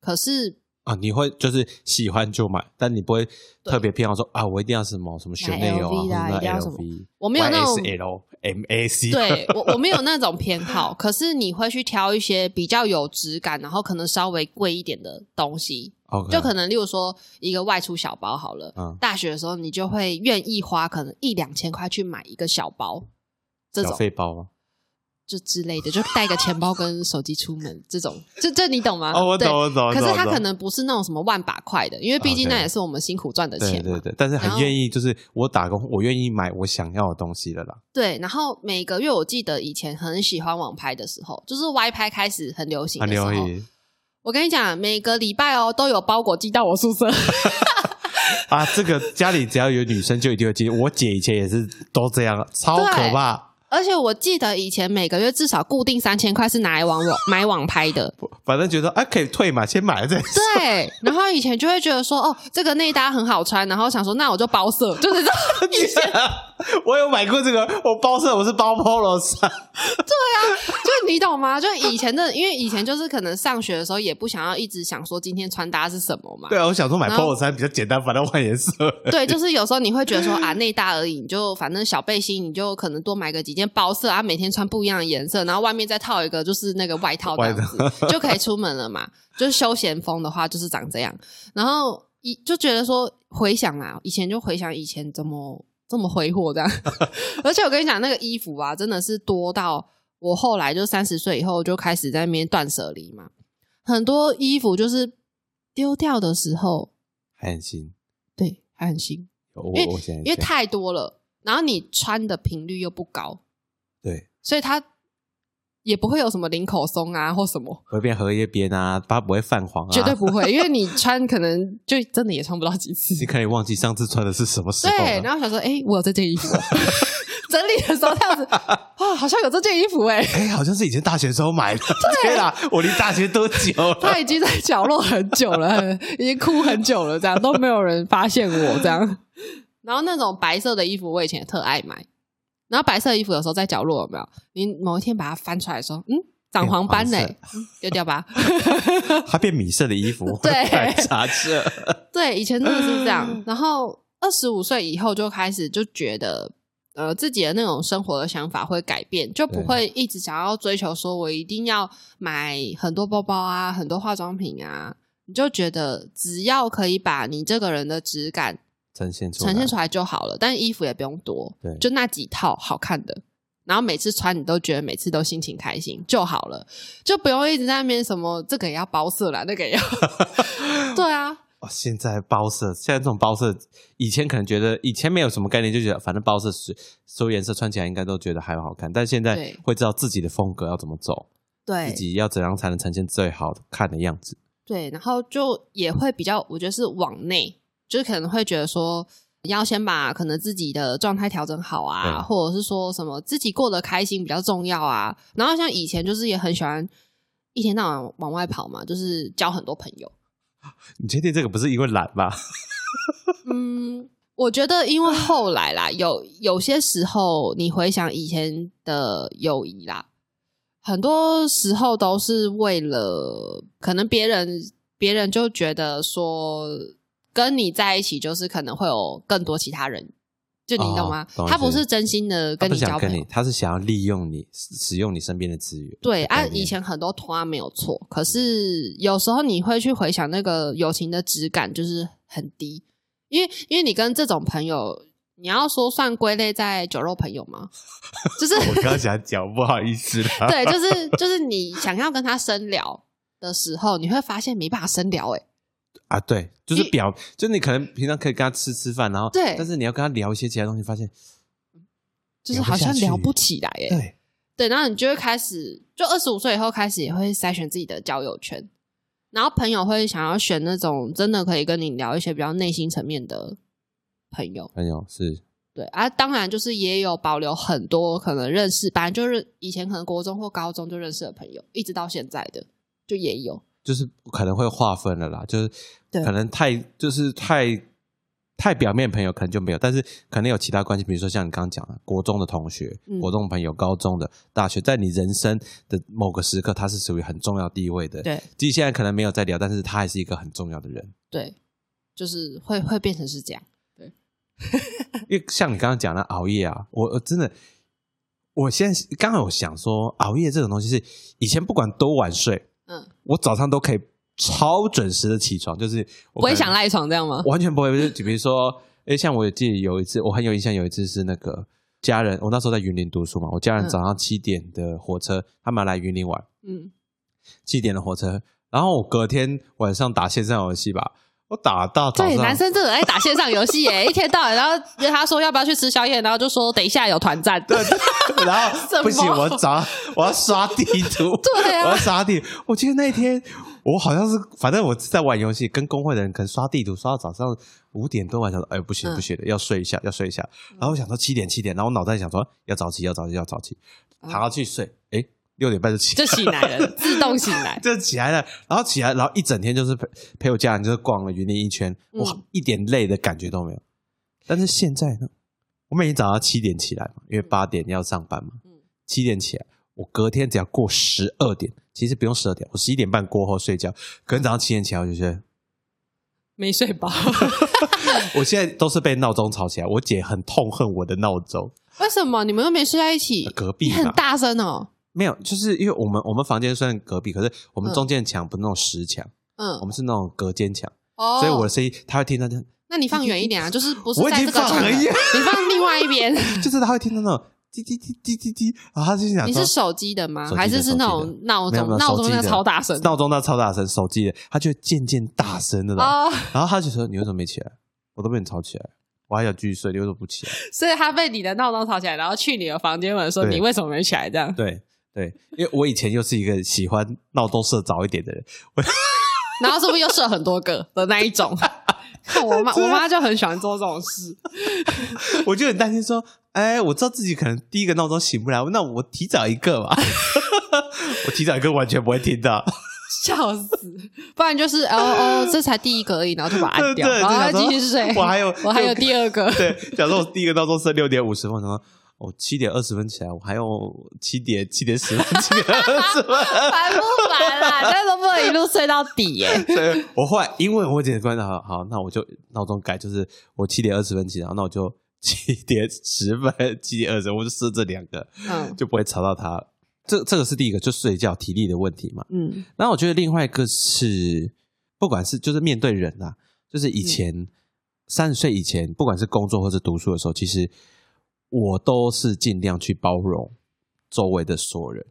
Speaker 3: 可是
Speaker 1: 啊，你会就是喜欢就买，但你不会
Speaker 3: 对
Speaker 1: 特别偏好说啊，我一定要什么什么
Speaker 3: 买
Speaker 1: Chanel 啊，或
Speaker 3: LV 啦
Speaker 1: 者
Speaker 3: 一定要什么
Speaker 1: LV，
Speaker 3: 我没有那种
Speaker 1: YSL、MAC， (laughs)
Speaker 3: 对我我没有那种偏好，可是你会去挑一些比较有质感，然后可能稍微贵一点的东西，
Speaker 1: ，OK，
Speaker 3: 就可能例如说一个外出小包好了，
Speaker 1: 嗯
Speaker 3: 大学的时候你就会愿意花可能一两千块去买一个小包，这
Speaker 1: 小
Speaker 3: 种
Speaker 1: 费包吗？
Speaker 3: 就之类的，就带个钱包跟手机出门，这种这这你懂吗？
Speaker 1: 哦，我
Speaker 3: 啊对
Speaker 1: 懂，。我懂，我
Speaker 3: 可是
Speaker 1: 懂
Speaker 3: 它
Speaker 1: 我懂
Speaker 3: 可能不是那种什么万把块的，因为毕竟
Speaker 1: OK
Speaker 3: 那也是我们辛苦赚的
Speaker 1: 对
Speaker 3: 钱嘛。
Speaker 1: 对对，但是
Speaker 3: 然
Speaker 1: 很
Speaker 3: 后
Speaker 1: 愿意，就是我打工，我愿意买我想要的东西的啦。
Speaker 3: 对，然后每个月我记得以前很喜欢网拍的时候，就是 Y 拍开始很流行
Speaker 1: 很
Speaker 3: 的时
Speaker 1: 留
Speaker 3: 候，
Speaker 1: 意
Speaker 3: 我跟你讲，每个礼拜哦都有包裹寄到我宿舍。 (laughs)
Speaker 1: 啊，这个家里只要有女生就一定会接。我姐以前也是都这样，超
Speaker 3: 对
Speaker 1: 可怕。
Speaker 3: 而且我记得以前每个月至少固定三千块是拿来网网买网拍的，
Speaker 1: 反正觉得啊，可以退嘛，先买了再说。 (laughs)
Speaker 3: 对。然后以前就会觉得说，哦，这个内搭很好穿，然后想说那我就包色，就是这以前
Speaker 1: 我有买过这个，我包色我是包 polo 衫，
Speaker 3: 就你懂吗？就以前的，因为以前就是可能上学的时候也不想要一直想说今天穿搭是什么嘛，
Speaker 1: 对啊，我想说买
Speaker 3: 然后
Speaker 1: polo 衫比较简单，反正换颜色。 (laughs)
Speaker 3: 对，就是有时候你会觉得说啊，内搭而已，你就反正小背心，你就可能多买个几件包色啊，每天穿不一样的颜色，然后外面再套一个就是那个外套这
Speaker 1: 外
Speaker 3: 样子，就可以出门了嘛。就是休闲风的话，就是长这样。然后一就觉得说，回想啊，以前就回想以前怎么这么挥霍这样， (laughs) 而且我跟你讲，那个衣服啊，真的是多到我后来就三十岁以后就开始在那边断舍离嘛，很多衣服就是丢掉的时候，
Speaker 1: 还很新，
Speaker 3: 对，还很新。
Speaker 1: 我
Speaker 3: 因为
Speaker 1: 我现在
Speaker 3: 因为
Speaker 1: 这样
Speaker 3: 太多了，然后你穿的频率又不高，
Speaker 1: 对
Speaker 3: 所以它也不会有什么领口松啊或什么，
Speaker 1: 不会变荷叶边啊，它不会泛黄啊，
Speaker 3: 绝对不会，因为你穿可能就真的也穿不到几次
Speaker 1: 你。可以忘记上次穿的是什么时候
Speaker 3: 对，
Speaker 1: 了。
Speaker 3: 然后想说，哎、我有这件衣服啊、 (laughs) 整理的时候这
Speaker 1: (laughs)
Speaker 3: 样子，啊，好像有这件衣服哎、
Speaker 1: 哎、好像是以前大学时候买
Speaker 3: (laughs)
Speaker 1: 的。对啦，我离大学多久啊了？ (laughs)
Speaker 3: 它已经在角落很久了，很已经哭很久了，这样都没有人发现我这样。 (laughs) 然后那种白色的衣服，我以前也特爱买。然后白色衣服有时候在角落有没有？你某一天把它翻出来说，嗯，长黄斑嘞、
Speaker 1: 变黄
Speaker 3: 嗯丢掉吧。
Speaker 1: 它变米色的衣服，
Speaker 3: (laughs) 对
Speaker 1: 改茶
Speaker 3: (laughs)
Speaker 1: 色。
Speaker 3: 对，以前真的是这
Speaker 1: 嗯
Speaker 3: 样。然后二十五岁以后就开始就觉得，呃，自己的那种生活的想法会改变，就不
Speaker 1: 对
Speaker 3: 会一直想要追求说我一定要买很多包包啊，很多化妆品啊。你就觉得只要可以把你这个人的质感
Speaker 1: 呈现出来，
Speaker 3: 呈现出来就好了，但衣服也不用多
Speaker 1: 对，
Speaker 3: 就那几套好看的。然后每次穿，你都觉得每次都心情开心就好了，就不用一直在那边什么这个也要包色啦，那个也要， (laughs) 对啊，
Speaker 1: 哦现在包色，现在这种包色，以前可能觉得以前没有什么概念，就觉得反正包色是所有颜色穿起来应该都觉得还好看，但现在
Speaker 3: 对
Speaker 1: 会知道自己的风格要怎么走，
Speaker 3: 对
Speaker 1: 自己要怎样才能呈现最好看的样子。
Speaker 3: 对，然后就也会比较，我觉得是往内，就是可能会觉得说，要先把可能自己的状态调整好啊，
Speaker 1: 对
Speaker 3: 或者是说什么自己过得开心比较重要啊。然后像以前就是也很喜欢一天到晚往外跑嘛，就是交很多朋友。
Speaker 1: 你确定这个不是因为懒吧？
Speaker 3: 嗯，我觉得因为后来啦，有有些时候你回想以前的友谊啦，很多时候都是为了可能别人别人就觉得说跟你在一起就是可能会有更多其他人，就你懂吗
Speaker 1: 哦？懂意思
Speaker 3: 他不是真心
Speaker 1: (laughs)
Speaker 3: 的
Speaker 1: 他
Speaker 3: 跟
Speaker 1: 不
Speaker 3: 你
Speaker 1: 想
Speaker 3: 交
Speaker 1: 跟
Speaker 3: 朋
Speaker 1: 你
Speaker 3: 友，。
Speaker 1: 他是想要利用你，使用你身边的资源。
Speaker 3: 对啊，
Speaker 1: 概念
Speaker 3: 以前很多团没有错，可是有时候你会去回想那个友情的质感就是很低，因为因为你跟这种朋友，你要说算归类在酒肉朋友吗？就是
Speaker 1: 我 (laughs) 刚想讲，不好意思啦。
Speaker 3: 对，就是就是你想要跟他深聊的时候，你会发现没办法深聊、欸，哎，
Speaker 1: 啊，对，就是
Speaker 3: 一
Speaker 1: 表，就是你可能平常可以跟他吃吃饭，然后
Speaker 3: 对
Speaker 1: 但是你要跟他聊一些其他东西，发现
Speaker 3: 就是
Speaker 1: 聊不
Speaker 3: 好像
Speaker 1: 下去
Speaker 3: 聊不起来、欸，哎，
Speaker 1: 对
Speaker 3: 对，然后你就会开始，就二十五岁以后开始也会筛选自己的交友圈，然后朋友会想要选那种真的可以跟你聊一些比较内心层面的朋友。
Speaker 1: 朋友是
Speaker 3: 对啊，当然就是也有保留很多可能认识，本来就是以前可能国中或高中就认识的朋友，一直到现在的就也有。
Speaker 1: 就是可能会划分了啦，就是
Speaker 3: 对
Speaker 1: 可能太就是太太表面朋友可能就没有，但是可能有其他关系，比如说像你刚刚讲的，国中的同学、
Speaker 3: 嗯
Speaker 1: 国中朋友、高中的、大学，在你人生的某个时刻，他是属于很重要地位的。，
Speaker 3: 对
Speaker 1: 即使现在可能没有在聊，但是他还是一个很重要的人。
Speaker 3: 对，就是会会变成是这样。
Speaker 1: 因为像你刚刚讲的熬夜啊，我我真的，我现在刚好有想说，熬夜这种东西是以前不管多晚睡，
Speaker 3: 嗯，
Speaker 1: 我早上都可以超准时的起床，就是我
Speaker 3: 不会
Speaker 1: 可能
Speaker 3: 想赖床这样吗？
Speaker 1: 完全不会。就是比如说，诶，像我记得有一次，我很有印象，有一次是那个家人，我那时候在云林读书嘛，我家人
Speaker 3: 嗯
Speaker 1: 早上七点的火车，他们来云林玩，
Speaker 3: 嗯，
Speaker 1: 七点的火车，然后我隔天晚上打线上游戏吧，我打到早
Speaker 3: 对，
Speaker 1: 上
Speaker 3: 男生真的爱打线上游戏耶，一天到晚，然后约他说要不要去吃宵夜，然后就说等一下有团战。对，
Speaker 1: (laughs) 然
Speaker 3: 什
Speaker 1: 后
Speaker 3: 么
Speaker 1: 不行，我找我要刷地图，
Speaker 3: (laughs) (laughs) 对啊
Speaker 1: 我要刷地。我记得那一天，我好像是反正我在玩游戏，跟工会的人可能刷地图刷到早上五点多，晚上哎不行
Speaker 3: 嗯
Speaker 1: 不行的，要睡一下要睡一下。然后我想说七点七点，然后我脑袋想说要早起要早起要早起，
Speaker 3: 嗯
Speaker 1: 躺下去睡，哎六点半就起。
Speaker 3: 就醒来 (laughs) 了，自动醒来。
Speaker 1: 就起来了，然后起来，然后一整天就是陪陪我家人，就是逛了云林一圈，
Speaker 3: 嗯
Speaker 1: 哇，一点累的感觉都没有。但是现在呢，我每天早上七点起来嘛，因为八点要上班嘛
Speaker 3: 嗯，
Speaker 1: 七点起来，我隔天只要过十二点，其实不用十二点，我十一点半过后睡觉，可能早上七点起来，我就觉得
Speaker 3: 没睡饱，
Speaker 1: 我现在都是被闹钟吵起来。我姐很痛恨我的闹钟，
Speaker 3: (laughs)
Speaker 1: 呃
Speaker 3: 为什么你们又没睡在一起？
Speaker 1: 隔壁
Speaker 3: 你很
Speaker 1: 嘛
Speaker 3: 大声哦，
Speaker 1: 没有，就是因为我们我们房间虽然隔壁，可是我们
Speaker 3: 嗯
Speaker 1: 中间墙不是那种实墙，
Speaker 3: 嗯
Speaker 1: 我，们是那种隔间墙，
Speaker 3: 哦，
Speaker 1: 所以我的声音她会听到就。
Speaker 3: 那你放远一点啊，就是不
Speaker 1: (laughs)
Speaker 3: 是
Speaker 1: 我已
Speaker 3: 在
Speaker 1: 经
Speaker 3: 这个
Speaker 1: 放
Speaker 3: 场合，
Speaker 1: 很远
Speaker 3: 你放另外
Speaker 1: (laughs)
Speaker 3: 一边。
Speaker 1: 就是他会听到那种滴滴滴滴滴滴，然后他就想
Speaker 3: 你
Speaker 1: 说
Speaker 3: 是手机的吗？
Speaker 1: 手机的
Speaker 3: 还是是那
Speaker 1: 手机
Speaker 3: 种闹
Speaker 1: 没有没
Speaker 3: 钟？
Speaker 1: 有
Speaker 3: 闹
Speaker 1: 手
Speaker 3: 钟
Speaker 1: 机
Speaker 3: 那
Speaker 1: 的
Speaker 3: 超大声
Speaker 1: 闹钟那超大声，手机的，他就渐渐大声那种，
Speaker 3: 哦，
Speaker 1: 然后他就说你为什么没起来？我都被你吵起来，我还想继续睡，你为什么不起来？
Speaker 3: 所以他被你的闹钟吵起来，然后去你的房间门说
Speaker 1: 对
Speaker 3: 你为什么没起来
Speaker 1: (laughs)
Speaker 3: 这样，
Speaker 1: 对对，因为我以前又是一个喜欢闹钟设早一点 (laughs) 的人，
Speaker 3: 然后是不是又设很多个的那
Speaker 1: (laughs)
Speaker 3: 一种？看我妈，我妈就很喜欢做这种事。
Speaker 1: 我就很担心说，哎，我知道自己可能第一个闹钟醒不来，那我提早一个吧， (laughs) 我提早一个完全不会听到，
Speaker 3: 笑死！不然就是哦
Speaker 1: (laughs)
Speaker 3: 哦，这才第一个而已，然后就把它按掉，
Speaker 1: 对对
Speaker 3: 然后再
Speaker 1: 就想说
Speaker 3: 继续睡。
Speaker 1: 我还有
Speaker 3: 我还有
Speaker 1: 就
Speaker 3: 第二
Speaker 1: (laughs)
Speaker 3: 个，
Speaker 1: 对，假如我第一个闹钟设六点五十分，然后我哦七点二十分起来，我还有七点七点十分、七点二十分，
Speaker 3: 烦不烦啦？
Speaker 1: 啊
Speaker 3: 但是不能一路睡到底耶、
Speaker 1: 所以我后来因为我姐姐关的好，好，那我就闹钟改，就是我七点二十分起来，那我就七点十分、七点二十，我就设这两个，
Speaker 3: (laughs) 嗯
Speaker 1: 就不会吵到她了。这这个是第一个，就睡觉体力的问题嘛。
Speaker 3: 嗯
Speaker 1: 然后我觉得另外一个是，不管是就是面对人啊，就是以
Speaker 3: 嗯
Speaker 1: 前三十岁以前，不管是工作或是读书的时候，其实我都是尽量去包容周围的所有人。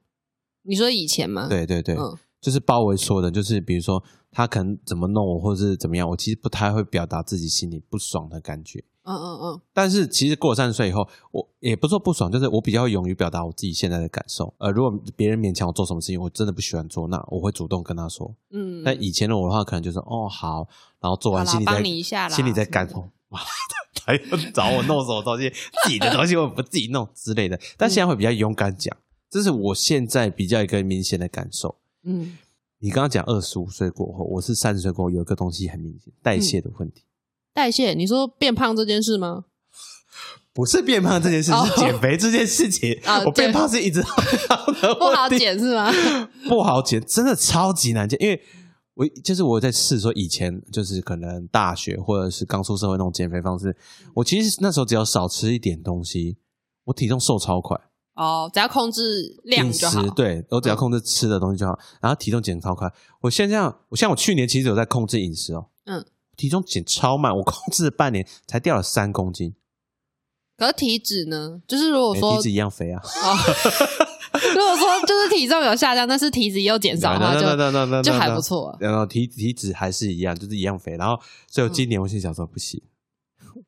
Speaker 3: 你说以前吗？，
Speaker 1: 对对对，
Speaker 3: 嗯
Speaker 1: 就是包围所有人，就是比如说他可能怎么弄我，或是怎么样，我其实不太会表达自己心里不爽的感觉。
Speaker 3: 嗯嗯嗯，
Speaker 1: 但是其实过了三十岁以后，我也不是说不爽，就是我比较勇于表达我自己现在的感受。呃，如果别人勉强我做什么事情，我真的不喜欢做，那我会主动跟他说。
Speaker 3: 嗯，
Speaker 1: 但以前的我的话，可能就是哦好，然后做完
Speaker 3: 好啦
Speaker 1: 心里
Speaker 3: 帮
Speaker 1: 在
Speaker 3: 你一下啦嗯
Speaker 1: 心里在
Speaker 3: 什么
Speaker 1: 干
Speaker 3: 的
Speaker 1: (laughs) 哦，妈的，他又找我弄什么东西，自己的东西我不自己弄之类的。但现在会比较勇敢讲，这是我现在比较一个明显的感受。
Speaker 3: 嗯
Speaker 1: 你刚刚讲二十五岁过后，我是三十岁过后有一个东西很明显，
Speaker 3: 嗯
Speaker 1: 代谢的问题，
Speaker 3: 代谢，你说变胖这件事吗？
Speaker 1: 不是变胖这件事，
Speaker 3: 哦
Speaker 1: 是减肥这件事情。
Speaker 3: 啊
Speaker 1: 我变
Speaker 3: 对
Speaker 1: 胖是一直 (laughs) 不
Speaker 3: 不好减是吗？
Speaker 1: (laughs) 不好减，真的超级难减。因为我就是我在试说，以前就是可能大学或者是刚出社会那种减肥方式，我其实那时候只要少吃一点东西，我体重瘦超快。
Speaker 3: (laughs) 哦，只要控制量
Speaker 1: 饮
Speaker 3: 就
Speaker 1: 食
Speaker 3: 好。嗯
Speaker 1: 对我只要控制吃的东西就好，然后体重减超快。我现在这样，我像我去年其实有在控制饮食哦，
Speaker 3: 嗯，
Speaker 1: 体重减超慢，我控制了半年才掉了三公斤，
Speaker 3: 可是体脂呢？就是如果
Speaker 1: 哎
Speaker 3: 说
Speaker 1: 体脂一样肥啊，
Speaker 3: 哦， (laughs) 如果说就是体重有下降，但是体脂又减少的话，就
Speaker 1: 就
Speaker 3: 就还不错
Speaker 1: 然后体体脂还是一样，就是一样肥。然后，所以我今年我心想说不行，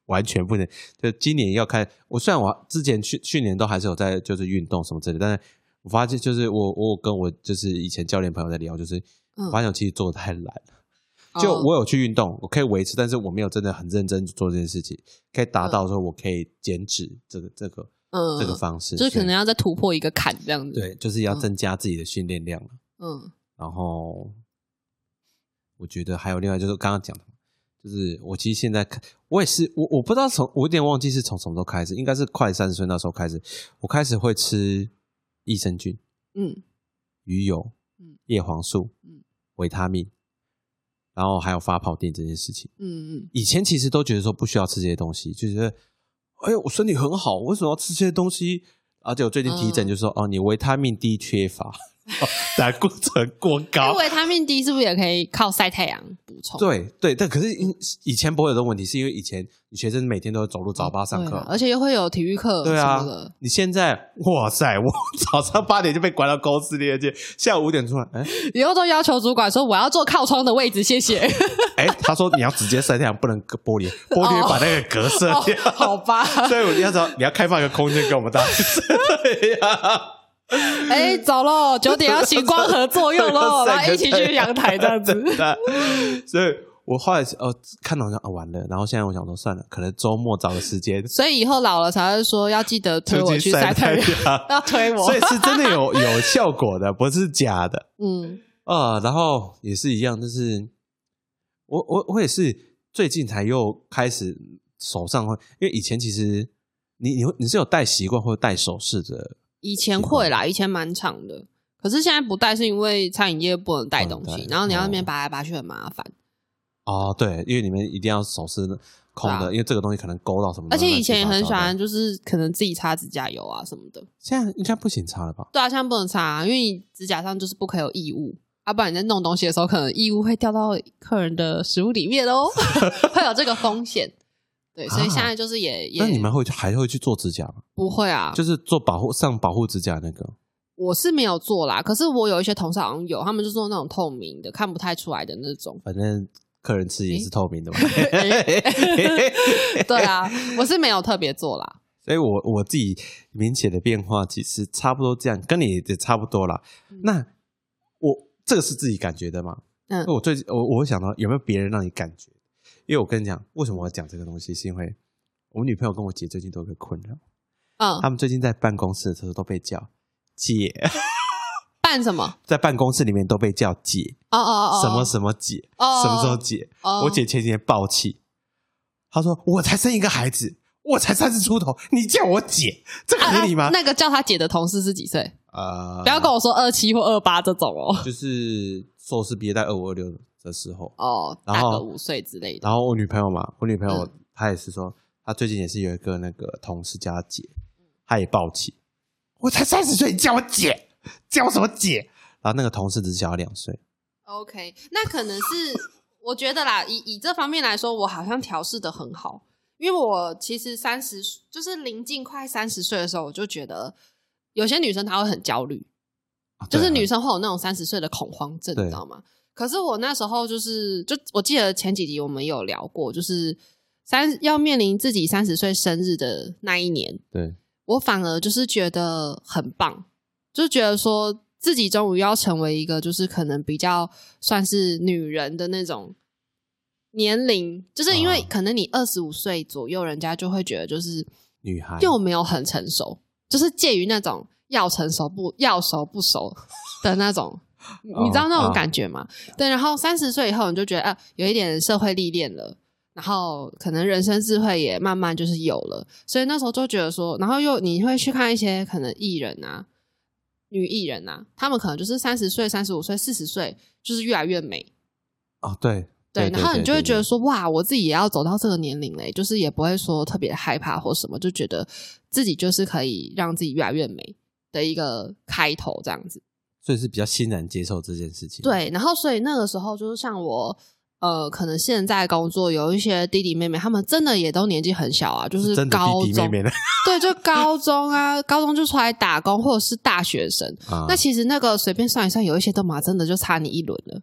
Speaker 1: 完全不能。就今年要看我，虽然我之前去去年都还是有在就是运动什么之类的，但是我发现就是我我有跟我就是以前教练朋友在聊，就是
Speaker 3: 嗯
Speaker 1: 我发现我其实做的太懒了。就
Speaker 3: 哦
Speaker 1: 我有去运动，我可以维持，但是我没有真的很认真做这件事情，可以达到说我可以减脂这个这个
Speaker 3: 嗯
Speaker 1: 这个方式，
Speaker 3: 就是可能
Speaker 1: 对
Speaker 3: 要再突破一个坎这样子。，
Speaker 1: 对，就是要增加自己的训练量。
Speaker 3: 嗯
Speaker 1: 然后我觉得还有另外就是刚刚讲的，就是我其实现在看，我也是我我不知道从我有点忘记是从什么时候开始，应该是快三十岁那时候开始，我开始会吃益生菌、
Speaker 3: 嗯，
Speaker 1: 鱼油、
Speaker 3: 嗯
Speaker 1: 叶黄素、
Speaker 3: 嗯
Speaker 1: 维他命，然后还有发泡锭这些事情。
Speaker 3: 嗯嗯，
Speaker 1: 以前其实都觉得说不需要吃这些东西，就觉得哎呦我身体很好，我为什么要吃这些东西？而且我最近
Speaker 3: 嗯
Speaker 1: 体检就说、哦，你维他命 D 缺乏， (laughs) 哦胆固醇过
Speaker 3: 那 (laughs)
Speaker 1: 高。
Speaker 3: 维他命 D 是不是也可以靠晒太阳补充？
Speaker 1: 对对，但可是以以前不会有这种问题，是因为以前你学生每天都走路早八上
Speaker 3: 对
Speaker 1: 课，
Speaker 3: 啊，而且又会有体育课
Speaker 1: 对啊
Speaker 3: 什么的，
Speaker 1: 你现在哇塞，我早上八点就被关到公司里面去，下午五点出来，哎
Speaker 3: 以后都要求主管说我要坐靠窗的位置，谢
Speaker 1: (laughs)
Speaker 3: 谢。
Speaker 1: 哎，他说你要直接晒太阳，不能隔玻璃，玻璃会把那个隔射
Speaker 3: 哦
Speaker 1: (laughs) 掉。
Speaker 3: 好吧，
Speaker 1: 所以我要找你要开放一个空间给我们 (laughs) 大家吃，对呀、
Speaker 3: 哎，走喽，九点要行光合
Speaker 1: 哦
Speaker 3: 作用
Speaker 1: (laughs)
Speaker 3: 喽，然后一起去阳台这样子。
Speaker 1: 真 (laughs) 的。啊所以我后来是哦看到我想啊完了，然后现在我想说算了，可能周末找个时间
Speaker 3: 所以以后老了才会说要记得推我
Speaker 1: 出
Speaker 3: 去
Speaker 1: 晒
Speaker 3: 晒太
Speaker 1: 太
Speaker 3: 阳，，
Speaker 1: 阳
Speaker 3: 要推我
Speaker 1: 所。以是真的有有效果的，不是假的
Speaker 3: 嗯
Speaker 1: 啊、然后也是一样，就是我我我也是最近才又开始手上会，因为以前其实你你会你是有戴习惯或者戴首饰的，
Speaker 3: 以前会啦，以前蛮长的，可是现在不带是因为餐饮业不能带东
Speaker 1: 不能
Speaker 3: 西，
Speaker 1: 带
Speaker 3: 然后你要那边拔来拔去很麻烦。
Speaker 1: 哦，对，因为你们一定要手是空的，
Speaker 3: 对啊
Speaker 1: 因为这个东西可能勾到什么东
Speaker 3: 而
Speaker 1: 西。
Speaker 3: 且以前也很喜
Speaker 1: 乱
Speaker 3: 欢，
Speaker 1: 七
Speaker 3: 就是可能自己擦指甲油啊什么的。
Speaker 1: 八糟的，现在应该不行擦了吧？
Speaker 3: 对啊，现在不能擦、因为你指甲上就是不可以有异物，要、不然你在弄东西的时候，可能异物会掉到客人的食物里面哦， (laughs) 会有这个风险。对，所以现在就是也、也
Speaker 1: 啊那你们会还会去做指甲吗？
Speaker 3: 不会啊，
Speaker 1: 就是做保护上保护指甲那个
Speaker 3: 我是没有做啦，可是我有一些同事好像有，他们就做那种透明的，看不太出来的那种
Speaker 1: (laughs) 。反正客人吃也是透明的嘛。 (laughs)
Speaker 3: (laughs) 对啊，我是没有特别做啦。
Speaker 1: 所以我我自己明显的变化其实差不多这样，跟你也差不多啦。那我这个是自己感觉的嘛？
Speaker 3: 嗯
Speaker 1: 那我最近我我会想到有没有别人让你感觉？因为我跟你讲，为什么我要讲这个东西，是因为我女朋友跟我姐最近都有个困扰，
Speaker 3: 嗯，
Speaker 1: 他们最近在办公室的时候都被叫姐，
Speaker 3: 办什么？
Speaker 1: 在办公室里面都被叫姐，
Speaker 3: 哦哦哦，哦
Speaker 1: 什么什么姐，
Speaker 3: 哦
Speaker 1: 什么时候姐？
Speaker 3: 哦
Speaker 1: 我姐前几天爆气，她说：“我才生一个孩子，我才三十出头，你叫我姐，这个
Speaker 3: 啊
Speaker 1: 合理
Speaker 3: 啊
Speaker 1: 吗？”
Speaker 3: 那个叫他姐的同事是几岁？
Speaker 1: 呃，
Speaker 3: 不要跟我说二七或二八这种哦。
Speaker 1: 就是硕士毕业在二五二六的时候，
Speaker 3: 哦，
Speaker 1: 然
Speaker 3: 大
Speaker 1: 后
Speaker 3: 个五岁之类的。
Speaker 1: 然后我女朋友嘛，我女朋友
Speaker 3: 嗯
Speaker 1: 她也是说，她最近也是有一个那个同事叫她姐，她也爆气，我才三十岁，你叫我姐，叫我什么姐？然后那个同事只小她两岁，
Speaker 3: OK，那可能是我觉得啦，以以这方面来说，我好像调试的很好，因为我其实三十就是临近快三十岁的时候，我就觉得有些女生她会很焦虑，
Speaker 1: 哦
Speaker 3: 就是女生会有那种三十岁的恐慌症，你
Speaker 1: 嗯对
Speaker 3: 知道吗？可是我那时候就是，就我记得前几集我们有聊过，就是三要面临自己三十岁生日的那一年，
Speaker 1: 啊对
Speaker 3: 我反而就是觉得很棒，就觉得说自己终于要成为一个就是可能比较算是女人的那种年龄，就是因为
Speaker 1: 啊
Speaker 3: 可能你二十五岁左右，人家就会觉得就是
Speaker 1: 女孩
Speaker 3: 又没有很成熟，就是介于那种要成熟不要熟不熟的那种。你你知道那种感觉吗？对，然后三十岁以后，你就觉得啊，有一点社会历练了，然后可能人生智慧也慢慢就是有了，所以那时候就觉得说，然后又你会去看一些可能艺人啊、女艺人啊，她们可能就是三十岁、三十五岁、四十岁，就是越来越美，
Speaker 1: 哦，对
Speaker 3: 对，然后你就会觉
Speaker 1: 对
Speaker 3: 得说，哇，我自己也要走到这个年龄嘞，就是也不会说特别害怕或什么，就觉得自己就是可以让自己越来越美的一个开头这样子。
Speaker 1: 所以是比较欣然接受这件事情。
Speaker 3: 对，然后所以那个时候就是像我，呃，可能现在工作有一些弟弟妹妹，他们真的也都年纪很小啊，就是
Speaker 1: 真的
Speaker 3: 高
Speaker 1: 弟
Speaker 3: 中，
Speaker 1: 弟妹妹的
Speaker 3: 对，就高中啊， (laughs) 高中就出来打工或者是大学生。
Speaker 1: 啊
Speaker 3: 那其实那个随便算一算，有一些都嘛真的就差你一轮了。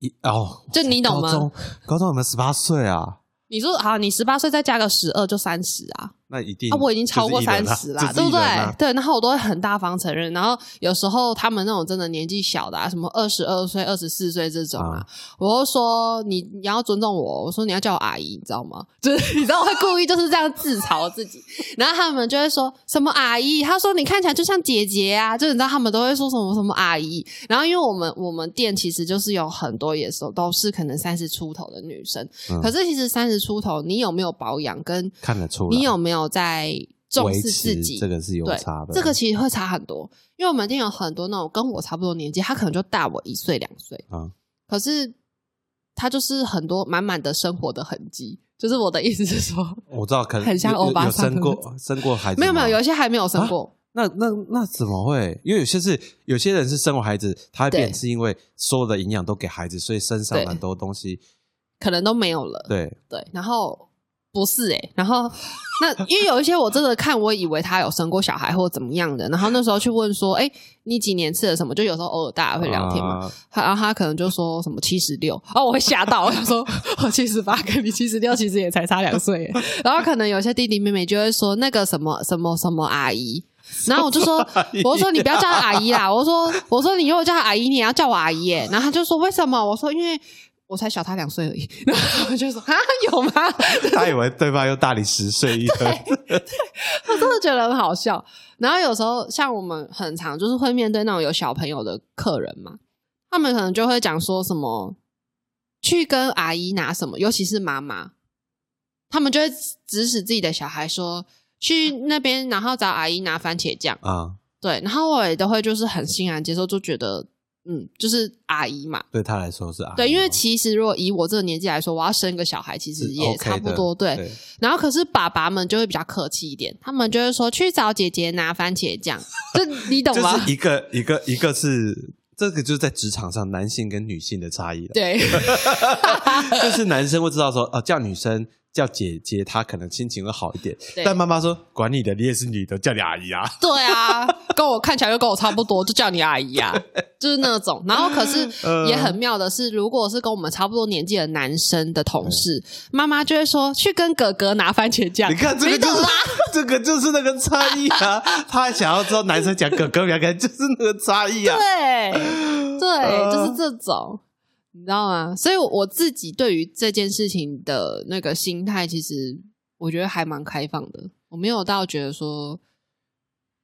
Speaker 1: 一哦，
Speaker 3: 就你懂吗
Speaker 1: 高中高中我们十八岁啊，
Speaker 3: 你说好，你十八岁再加个十二就三十啊，
Speaker 1: 那一定
Speaker 3: 啊，我已经超过
Speaker 1: 就是一人
Speaker 3: 三
Speaker 1: 啦
Speaker 3: 十啦，
Speaker 1: 就是一
Speaker 3: 对不对
Speaker 1: 人啊啦？
Speaker 3: 对，然后我都会很大方承认。然后有时候他们那种真的年纪小的、啊，什么二十二岁、二十四岁这种啊，
Speaker 1: 啊
Speaker 3: 我就说你你要尊重我，我说你要叫我阿姨，你知道吗？ (laughs) 就是你知道我会故意就是这样自嘲自己，然后他们就会说什么阿姨，他说你看起来就像姐姐啊，就是你知道他们都会说什么什么阿姨。然后因为我们我们店其实就是有很多也是都是可能三十出头的女生，
Speaker 1: 嗯
Speaker 3: 可是其实三十出头你有没有保养跟
Speaker 1: 看得出来
Speaker 3: 你有没有在重
Speaker 1: 维
Speaker 3: 视自
Speaker 1: 持
Speaker 3: 己？
Speaker 1: 这个是有
Speaker 3: 对
Speaker 1: 差的。
Speaker 3: 这个其实会差很多，因为我们店有很多那种跟我差不多年纪，他可能就大我一岁两岁，
Speaker 1: 嗯
Speaker 3: 可是他就是很多满满的生活的痕迹。就是我的意思是说，
Speaker 1: 我知道，可能
Speaker 3: 很像
Speaker 1: 有有
Speaker 3: 欧巴
Speaker 1: 有
Speaker 3: 桑
Speaker 1: 生
Speaker 3: 的
Speaker 1: 过生过孩子
Speaker 3: 没有没
Speaker 1: 吗啊
Speaker 3: 有，有一些还没有生过，
Speaker 1: 那那那怎么会？因为有些是有些人是生完孩子，他会
Speaker 3: 对
Speaker 1: 变，是因为所有的营养都给孩子，所以身上
Speaker 3: 对
Speaker 1: 很多东西。
Speaker 3: 可能都没有了。
Speaker 1: 对，
Speaker 3: 对，然后不是哎、然后那因为有一些我真的看，我以为他有生过小孩或怎么样的，然后那时候去问说，哎、你几年吃了什么？就有时候偶尔大家会聊天嘛，
Speaker 1: 啊
Speaker 3: 他然后他可能就说什么七十六，哦，我会吓到，我想说我七十八跟你七十六其实也才差两岁耶，然后可能有些弟弟妹妹就会说那个什么什么什么阿姨，然后我就说
Speaker 1: 阿姨，
Speaker 3: 我就
Speaker 1: (laughs)
Speaker 3: 说你不要叫她阿姨啦，我说我说你如果叫她阿姨，你也要叫我阿姨耶，然后他就说为什么？我说因为。我才小他两岁而已， (laughs) 然后我就说啊，有吗？
Speaker 1: 他以为对方又大你十岁一个，
Speaker 3: 我真的觉得很好笑。然后有时候像我们很常就是会面对那种有小朋友的客人嘛，他们可能就会讲说什么去跟阿姨拿什么，尤其是妈妈，他们就会指使自己的小孩说去那边，然后找阿姨拿番茄酱。
Speaker 1: 啊，
Speaker 3: 对，然后我也都会就是很欣然接受，就觉得嗯，就是阿姨嘛。
Speaker 1: 对他来说是啊，
Speaker 3: 对，因为其实如果以我这个年纪来说，我要生个小孩，其实
Speaker 1: 是
Speaker 3: 也
Speaker 1: OK
Speaker 3: 差
Speaker 1: 的
Speaker 3: 不多。对，
Speaker 1: 对，
Speaker 3: 然后可是爸爸们就会比较客气一点，他们就会说去找姐姐拿番
Speaker 1: (laughs)
Speaker 3: 茄酱，这你懂
Speaker 1: 就
Speaker 3: 吗？
Speaker 1: 是一个一个一个是这个就是在职场上男性跟女性的差异了， (laughs)
Speaker 3: 对
Speaker 1: 就是男生会知道说哦叫女生。叫姐姐，她可能心情会好一点。
Speaker 3: 对
Speaker 1: 但妈妈说：“管你的，你也是女的，叫你阿姨啊。 (laughs)
Speaker 3: 对啊，跟我看起来又跟我差不多，就叫你阿
Speaker 1: (laughs)
Speaker 3: 姨啊，就是那种。然后可是
Speaker 1: 呃
Speaker 3: 也很妙的是，如果是跟我们差不多年纪的男生的同事，
Speaker 1: 嗯
Speaker 3: 妈妈就会说去跟哥哥拿番茄”酱。
Speaker 1: 你看这个就
Speaker 3: 懂
Speaker 1: 是
Speaker 3: 吗？
Speaker 1: 这个就是那个差异啊！他还想要知道男生讲哥哥，两个人就是那个差异啊。 (laughs)
Speaker 3: 对对，
Speaker 1: 呃
Speaker 3: 就是这种，你知道吗？所以我自己对于这件事情的那个心态，其实我觉得还蛮开放的。我没有到觉得说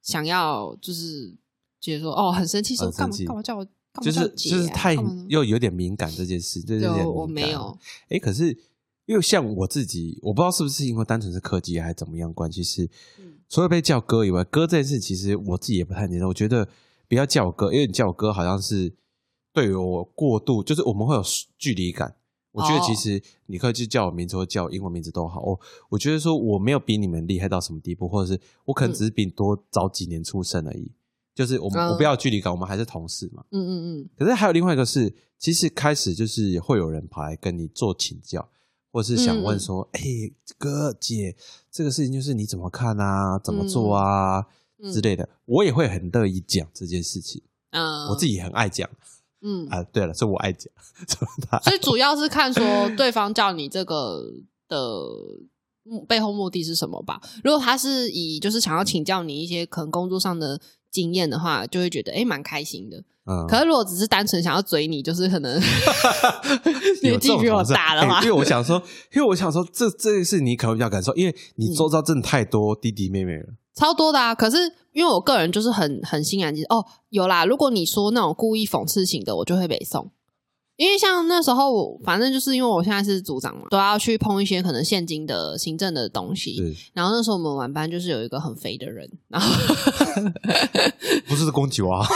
Speaker 3: 想要就是觉得说哦很生气说
Speaker 1: 很
Speaker 3: 干
Speaker 1: 生
Speaker 3: 嘛
Speaker 1: 气
Speaker 3: 干嘛叫我干嘛
Speaker 1: 就
Speaker 3: 叫
Speaker 1: 是
Speaker 3: 我姐
Speaker 1: 就是
Speaker 3: 啊
Speaker 1: 太
Speaker 3: 干嘛
Speaker 1: 又有点敏感这件事，对
Speaker 3: 对
Speaker 1: 对，
Speaker 3: 我没有。
Speaker 1: 哎，诶可是因为像我自己，我不知道是不是因为单纯是科技还是怎么样关系，是除了被叫哥以外，哥这件事其实我自己也不太接受。我觉得不要叫我哥，因为你叫我哥好像是对我过度，就是我们会有距离感。我觉得
Speaker 3: 哦
Speaker 1: 其实你可以去叫我名字或叫我英文名字都好，我我觉得说我没有比你们厉害到什么地步，或者是我可能只是比你多早几年出生而已。就是我们、
Speaker 3: 嗯
Speaker 1: 我不要有距离感，我们还是同事嘛。
Speaker 3: 嗯嗯嗯
Speaker 1: 可是还有另外一个是，其实开始就是会有人跑来跟你做请教，或是
Speaker 3: 嗯
Speaker 1: 想问说：“哎、哥姐，这个事情就是你怎么看啊？怎么做啊？”
Speaker 3: 嗯
Speaker 1: 之类的，我也会很乐意讲这件事情，
Speaker 3: 嗯，
Speaker 1: 我自
Speaker 3: 己
Speaker 1: 己也很爱讲
Speaker 3: 嗯，
Speaker 1: 啊。对了，是我爱讲，怎么他
Speaker 3: 所以主要是看说对方叫你这个的目背后目的是什么吧。如果他是以就是想要请教你一些可能工作上的经验的话，就会觉得诶蛮开心的。
Speaker 1: 嗯，
Speaker 3: 可是如果只是单纯想要追你，就是可能 (laughs) 年
Speaker 1: (laughs)
Speaker 3: 纪
Speaker 1: 有这种
Speaker 3: 比我
Speaker 1: 同事
Speaker 3: 大的话
Speaker 1: 哎，因为我想说，因为我想说，这这是你可能比较感受，因为
Speaker 3: 嗯
Speaker 1: 你周遭真的太多弟弟妹妹了。
Speaker 3: 超多的啊。可是因为我个人就是很很欣然接受哦，有啦。如果你说那种故意讽刺型的，我就会北送。因为像那时候我，反正就是因为我现在是组长嘛，都要去碰一些可能现金的行政的东西。
Speaker 1: 对，
Speaker 3: 然后那时候我们晚班就是有一个很肥的人，然后
Speaker 1: 不是攻击我啊，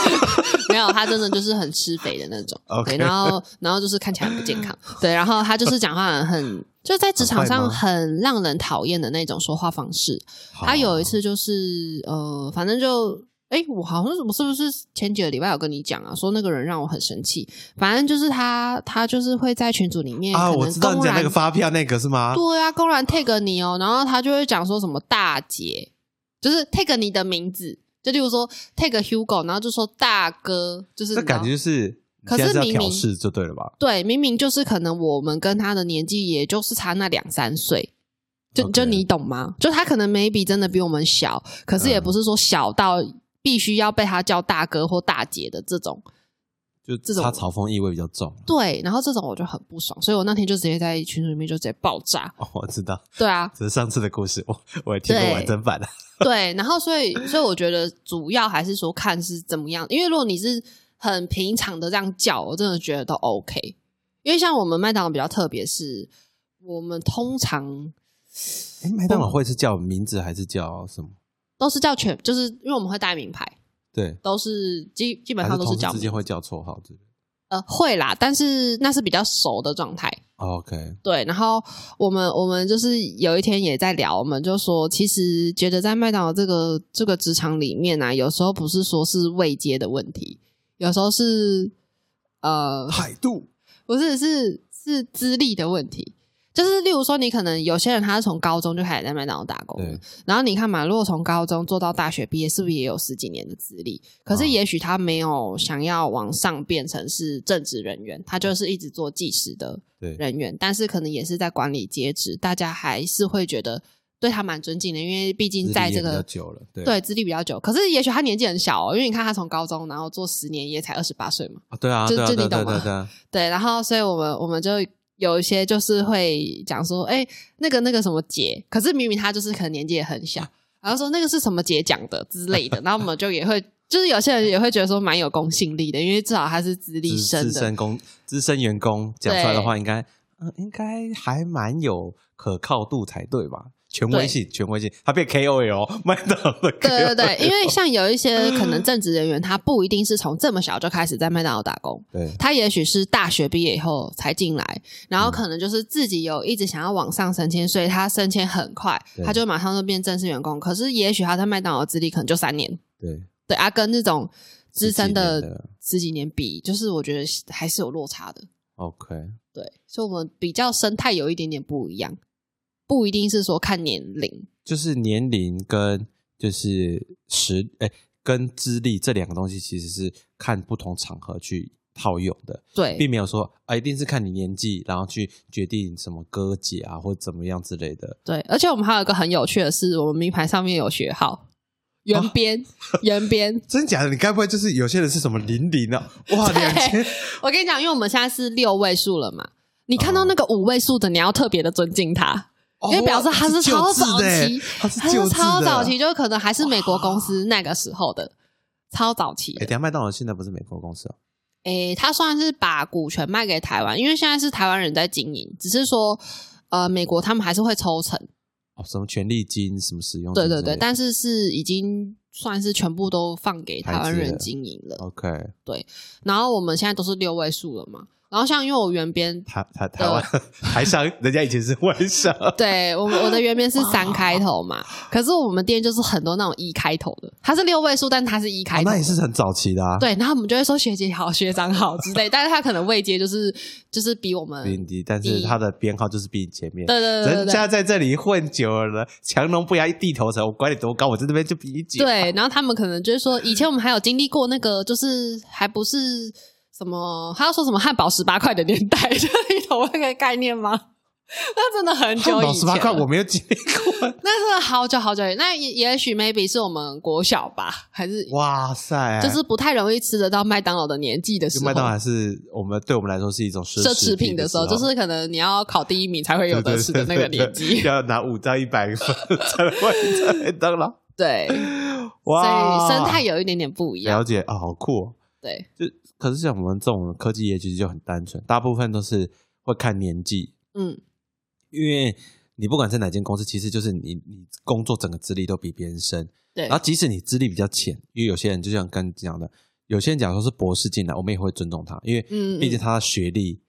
Speaker 3: 没有他真的就是很吃肥的那种
Speaker 1: OK
Speaker 3: 对，然后然后就是看起来很不健康，对，然后他就是讲话很就在职场上
Speaker 1: 很
Speaker 3: 很让人讨厌的那种说话方式。他
Speaker 1: 啊
Speaker 3: 有一次就是呃，反正就。哎，我好像是我是不是前几个礼拜有跟你讲啊？说那个人让我很生气。反正就是他，他就是会在群组里面
Speaker 1: 啊，
Speaker 3: 可
Speaker 1: 我
Speaker 3: 能
Speaker 1: 知道你
Speaker 3: 公
Speaker 1: 讲那
Speaker 3: 然
Speaker 1: 个发票那个是吗？
Speaker 3: 对啊，公然 tag 你哦，然后他就会讲说什么大姐，就是 tag 你的名字，就例如说 tag Hugo，然后就说大哥，就是
Speaker 1: 这
Speaker 3: 你知道
Speaker 1: 感觉就是，
Speaker 3: 可
Speaker 1: 现在
Speaker 3: 是
Speaker 1: 是要
Speaker 3: 明
Speaker 1: 挑
Speaker 3: 明
Speaker 1: 事就对了吧？
Speaker 3: 对，明明就是可能我们跟他的年纪也就是差那两三岁，就
Speaker 1: OK
Speaker 3: 就你懂吗？就他可能 maybe 真的比我们小，可是也
Speaker 1: 嗯
Speaker 3: 不是说小到必须要被他叫大哥或大姐的这种。
Speaker 1: 就
Speaker 3: 这种
Speaker 1: 他嘲讽意味比较重。
Speaker 3: 对，然后这种我就很不爽，所以我那天就直接在群组里面就直接爆炸。
Speaker 1: 哦，我知道，
Speaker 3: 对啊，
Speaker 1: 只是上次的故事，我我也听过
Speaker 3: 对
Speaker 1: 完整版的。 (laughs)
Speaker 3: 对，然后所以所以我觉得主要还是说看是怎么样，因为如果你是很平常的这样叫，我真的觉得都 OK。因为像我们麦当劳比较特别，是我们通常
Speaker 1: 诶麦当劳会是叫名字还是叫什么？
Speaker 3: 都是叫全，就是因为我们会带名牌，
Speaker 1: 对，
Speaker 3: 都是基基本
Speaker 1: 还
Speaker 3: 上
Speaker 1: 是
Speaker 3: 都
Speaker 1: 同
Speaker 3: 是
Speaker 1: 事
Speaker 3: 叫
Speaker 1: 之间会叫绰号之类的。
Speaker 3: 呃会啦，但是那是比较熟的状态。 (laughs)
Speaker 1: OK，
Speaker 3: 对，然后我们我们就是有一天也在聊，我们就说，其实觉得在麦当劳这个这个职场里面啊，有时候不是说是位阶的问题，有时候是呃，
Speaker 1: 海度
Speaker 3: 不是是是资历的问题。就是例如说，你可能有些人他是从高中就开始在麦当劳打工的
Speaker 1: 对，
Speaker 3: 然后你看嘛，如果从高中做到大学毕业，是不是也有十几年的资历？可是
Speaker 1: 嗯
Speaker 3: 也许他没有想要往上变成是正职人员，他就是一直做技师的
Speaker 1: 对
Speaker 3: 人员，但是可能也是在管理阶职，大家还是会觉得对他蛮尊敬的，因为毕
Speaker 1: 资
Speaker 3: 竟
Speaker 1: 历
Speaker 3: 在
Speaker 1: 也
Speaker 3: 这
Speaker 1: 比较
Speaker 3: 个
Speaker 1: 久了，对
Speaker 3: 对资历比较久。可是也许他年纪很小、哦，因为你看他从高中然后做十年也才二十八岁嘛，
Speaker 1: 啊对啊，
Speaker 3: 就
Speaker 1: 对啊，
Speaker 3: 就
Speaker 1: 对啊
Speaker 3: 你
Speaker 1: 对啊
Speaker 3: 懂吗
Speaker 1: 对啊对
Speaker 3: (laughs)
Speaker 1: 啊，
Speaker 3: 对。然后所以我们我们就有一些就是会讲说，哎，那个那个什么姐，可是明明他就是可能年纪也很小，然后说那个是什么姐讲的之类的，然后我们就也会。就是有些人也会觉得说蛮有公信力的，因为至少他是资历
Speaker 1: 资
Speaker 3: 深
Speaker 1: 资
Speaker 3: 的，
Speaker 1: 深工资深员工讲出来的
Speaker 3: 对
Speaker 1: 话，应该嗯应该还蛮有可靠度才对吧？权威
Speaker 3: 对
Speaker 1: 性，权威性，他变 KOL 麦当劳的 KOL，
Speaker 3: 对对
Speaker 1: (laughs)
Speaker 3: 对，因为像有一些可能正职人员，他不一定是从这么小就开始在麦当劳打工，
Speaker 1: 对
Speaker 3: 他也许是大学毕业以后才进来，然后可能就是自己有一直想要往上升迁，所以他升迁很快
Speaker 1: 对，
Speaker 3: 他就马上就变正式员工。可是也许他在麦当劳的资历可能就三年，
Speaker 1: 对，
Speaker 3: 对啊，跟那种资深
Speaker 1: 十几年的
Speaker 3: 的十几年比，就是我觉得还是有落差的。
Speaker 1: OK，
Speaker 3: 对，所以我们比较生态有一点点不一样，不一定是说看年龄，
Speaker 1: 就是年龄跟就是实哎、跟资历这两个东西，其实是看不同场合去套用的，
Speaker 3: 对，
Speaker 1: 并没有说啊一定是看你年纪，然后去决定什么哥姐啊或怎么样之类的。
Speaker 3: 对，而且我们还有一个很有趣的是，我们名牌上面有学号，圆边，圆边。
Speaker 1: 真假的？你该不会就是有些人是什么零零啊？哇，
Speaker 3: 对
Speaker 1: 两千
Speaker 3: 我跟你讲，因为我们现在是六位数了嘛，你看
Speaker 1: 哦
Speaker 3: 到那个五位数的，你要特别的尊敬他，因为表示他是超早期，
Speaker 1: 欸他是
Speaker 3: 他
Speaker 1: 旧
Speaker 3: 是
Speaker 1: 制的
Speaker 3: 超早期，
Speaker 1: 哎、
Speaker 3: 就可能还是美国公司那个时候的。超早期
Speaker 1: 哎等一
Speaker 3: 的，
Speaker 1: 下麦当劳现在不是美国公司哦、
Speaker 3: 诶、他算是把股权卖给台湾，因为现在是台湾人在经营，只是说，呃，美国他们还是会抽成，
Speaker 1: 哦，什么权利金，什么使用
Speaker 3: 对
Speaker 1: 权之
Speaker 3: 对
Speaker 1: 类的，
Speaker 3: 对，但是是已经算是全部都放给台湾
Speaker 1: 台资了哦
Speaker 3: 人经营了。
Speaker 1: OK，
Speaker 3: 然后我们现在都是六位数了嘛。然后像因为我原编，
Speaker 1: 台台台湾 (laughs) 台商，人家以前是外商，
Speaker 3: 对我我的原编是三开头嘛，可是我们店就是很多那种一开头的，它是六位数，但它是一开
Speaker 1: 哦
Speaker 3: 头的、
Speaker 1: 那也是很早期的啊。，
Speaker 3: 对。然后我们就会说学姐好、学长好之类，但是他可能位阶就是就是比我们
Speaker 1: 比你低，但是
Speaker 3: 低
Speaker 1: 他的编号就是比你前面。
Speaker 3: 对对对对
Speaker 1: 人
Speaker 3: 对
Speaker 1: 家在这里混久了，强龙不压一地头蛇。我管你多高，我在这边就比你久。
Speaker 3: 对，然后他们可能就是说，以前我们还有经历过那个，就是还不是什么，他要说什么汉堡十八块的年代，就你懂那个概念吗？那真的很久以前了，
Speaker 1: 十八块，我没有
Speaker 3: (laughs)
Speaker 1: 经历过。
Speaker 3: 那真的好久好久以前。那也也许 maybe 是我们国小吧，还是
Speaker 1: 哇塞，
Speaker 3: 就是不太容易吃得到麦当劳的年纪的时
Speaker 1: 就
Speaker 3: 候，
Speaker 1: 哎麦当劳是我们对我们来说是一种奢
Speaker 3: 奢侈品
Speaker 1: 的
Speaker 3: 的时候，就是可能你要考第一名才会有的吃的那个年
Speaker 1: 对对对
Speaker 3: 纪
Speaker 1: 对。 (laughs) 要拿五到一百分才会在麦当
Speaker 3: (laughs)
Speaker 1: 劳。 (laughs)
Speaker 3: 对，所
Speaker 1: 哇，
Speaker 3: 以生态有一点点不一样。
Speaker 1: 了解啊，好酷、哦。
Speaker 3: 对
Speaker 1: 就可是像我们这种科技业，其实就很单纯，大部分都是会看年纪，
Speaker 3: 嗯，
Speaker 1: 因为你不管是哪间公司，其实就是你你工作整个资历都比别人深，
Speaker 3: 对
Speaker 1: 然后即使你资历比较浅，因为有些人就像刚刚讲的，有些人假如说是博士进来，我们也会尊重他，因为
Speaker 3: 嗯嗯
Speaker 1: 毕竟他的学历。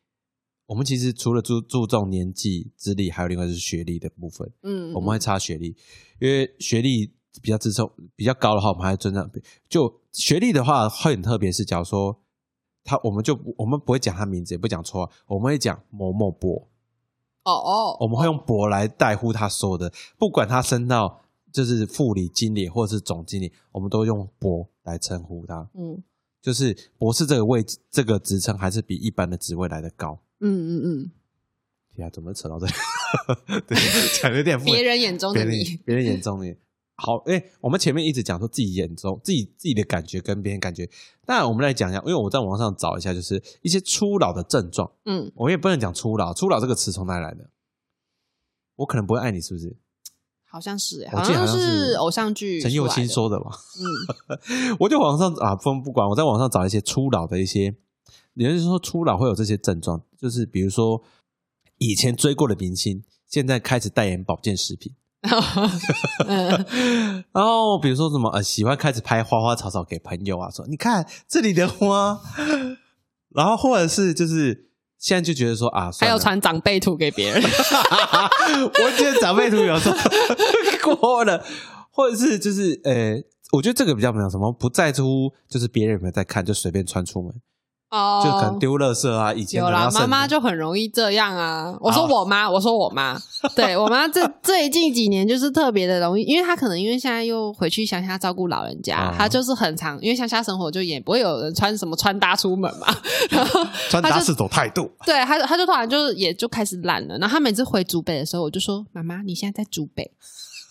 Speaker 1: 我们其实除了注注重年纪、资历，还有另外就是学历的部分。
Speaker 3: 嗯，
Speaker 1: 我们会差学历，因为学历比较支撑比较高的话，我们还尊重。就学历的话，会很特别，是假如说他，我们就不我们不会讲他名字，也不讲错，我们会讲某某博，
Speaker 3: 哦哦，
Speaker 1: 我们会用博来代呼他所有的，不管他升到就是副理、经理或者是总经理，我们都用博来称呼他。
Speaker 3: 嗯
Speaker 1: 就是博士这个位置，这个职称还是比一般的职位来的高。
Speaker 3: 嗯嗯嗯，
Speaker 1: 天啊，怎么扯到这里？ (laughs) 对，讲有点不
Speaker 3: 别人眼中
Speaker 1: 别
Speaker 3: 的
Speaker 1: 人
Speaker 3: (laughs) 你，
Speaker 1: 别人眼中的你。好，哎、我们前面一直讲说自己眼中自己自己的感觉跟别人感觉，那我们来讲一下，因为我在网上找一下，就是一些初老的症状。
Speaker 3: 嗯，
Speaker 1: 我也不能讲初老，初老这个词从哪里来的？我可能不会爱你，是不是？
Speaker 3: 好像是欸，
Speaker 1: 我记得好像
Speaker 3: 是
Speaker 1: 是
Speaker 3: 偶像剧
Speaker 1: 陈佑
Speaker 3: 出来
Speaker 1: 清
Speaker 3: 的，
Speaker 1: 说的嘛。(laughs)
Speaker 3: 嗯，
Speaker 1: 我就网上啊，不不管，我在网上找一些初老的一些，也就是说初老会有这些症状，就是比如说以前追过的明星，现在开始代言保健食品，
Speaker 3: 嗯 (laughs)
Speaker 1: (laughs) 然后比如说什么呃，喜欢开始拍花花草草给朋友啊，说你看这里的花， (laughs) 然后或者是就是现在就觉得说啊，
Speaker 3: 还
Speaker 1: 算
Speaker 3: 有
Speaker 1: 了
Speaker 3: 传长辈图
Speaker 1: (laughs)
Speaker 3: 给别人，
Speaker 1: 我觉得长辈图有时候 (laughs) 过了，或者是就是呃，我觉得这个比较没有什么，不在乎就是别人有没有在看，就随便穿出门，
Speaker 3: 哦
Speaker 1: 就可能丢垃圾啊，以前
Speaker 3: 有
Speaker 1: 可能
Speaker 3: 啦
Speaker 1: 要，
Speaker 3: 妈
Speaker 1: 剩
Speaker 3: 妈就很容易这样啊。我说我妈，我说我妈，对我妈这最近几年就是特别的容易，因为她可能因为现在又回去乡下照顾老人家，
Speaker 1: 啊
Speaker 3: 她就是很常因为乡下生活就也不会有人穿什么穿搭出门嘛，然后
Speaker 1: 穿
Speaker 3: 她
Speaker 1: 搭
Speaker 3: 就是
Speaker 1: 种态度，
Speaker 3: 对她她就突然就是也就开始懒了。然后她每次回竹北的时候，我就说妈妈，你现在在竹北。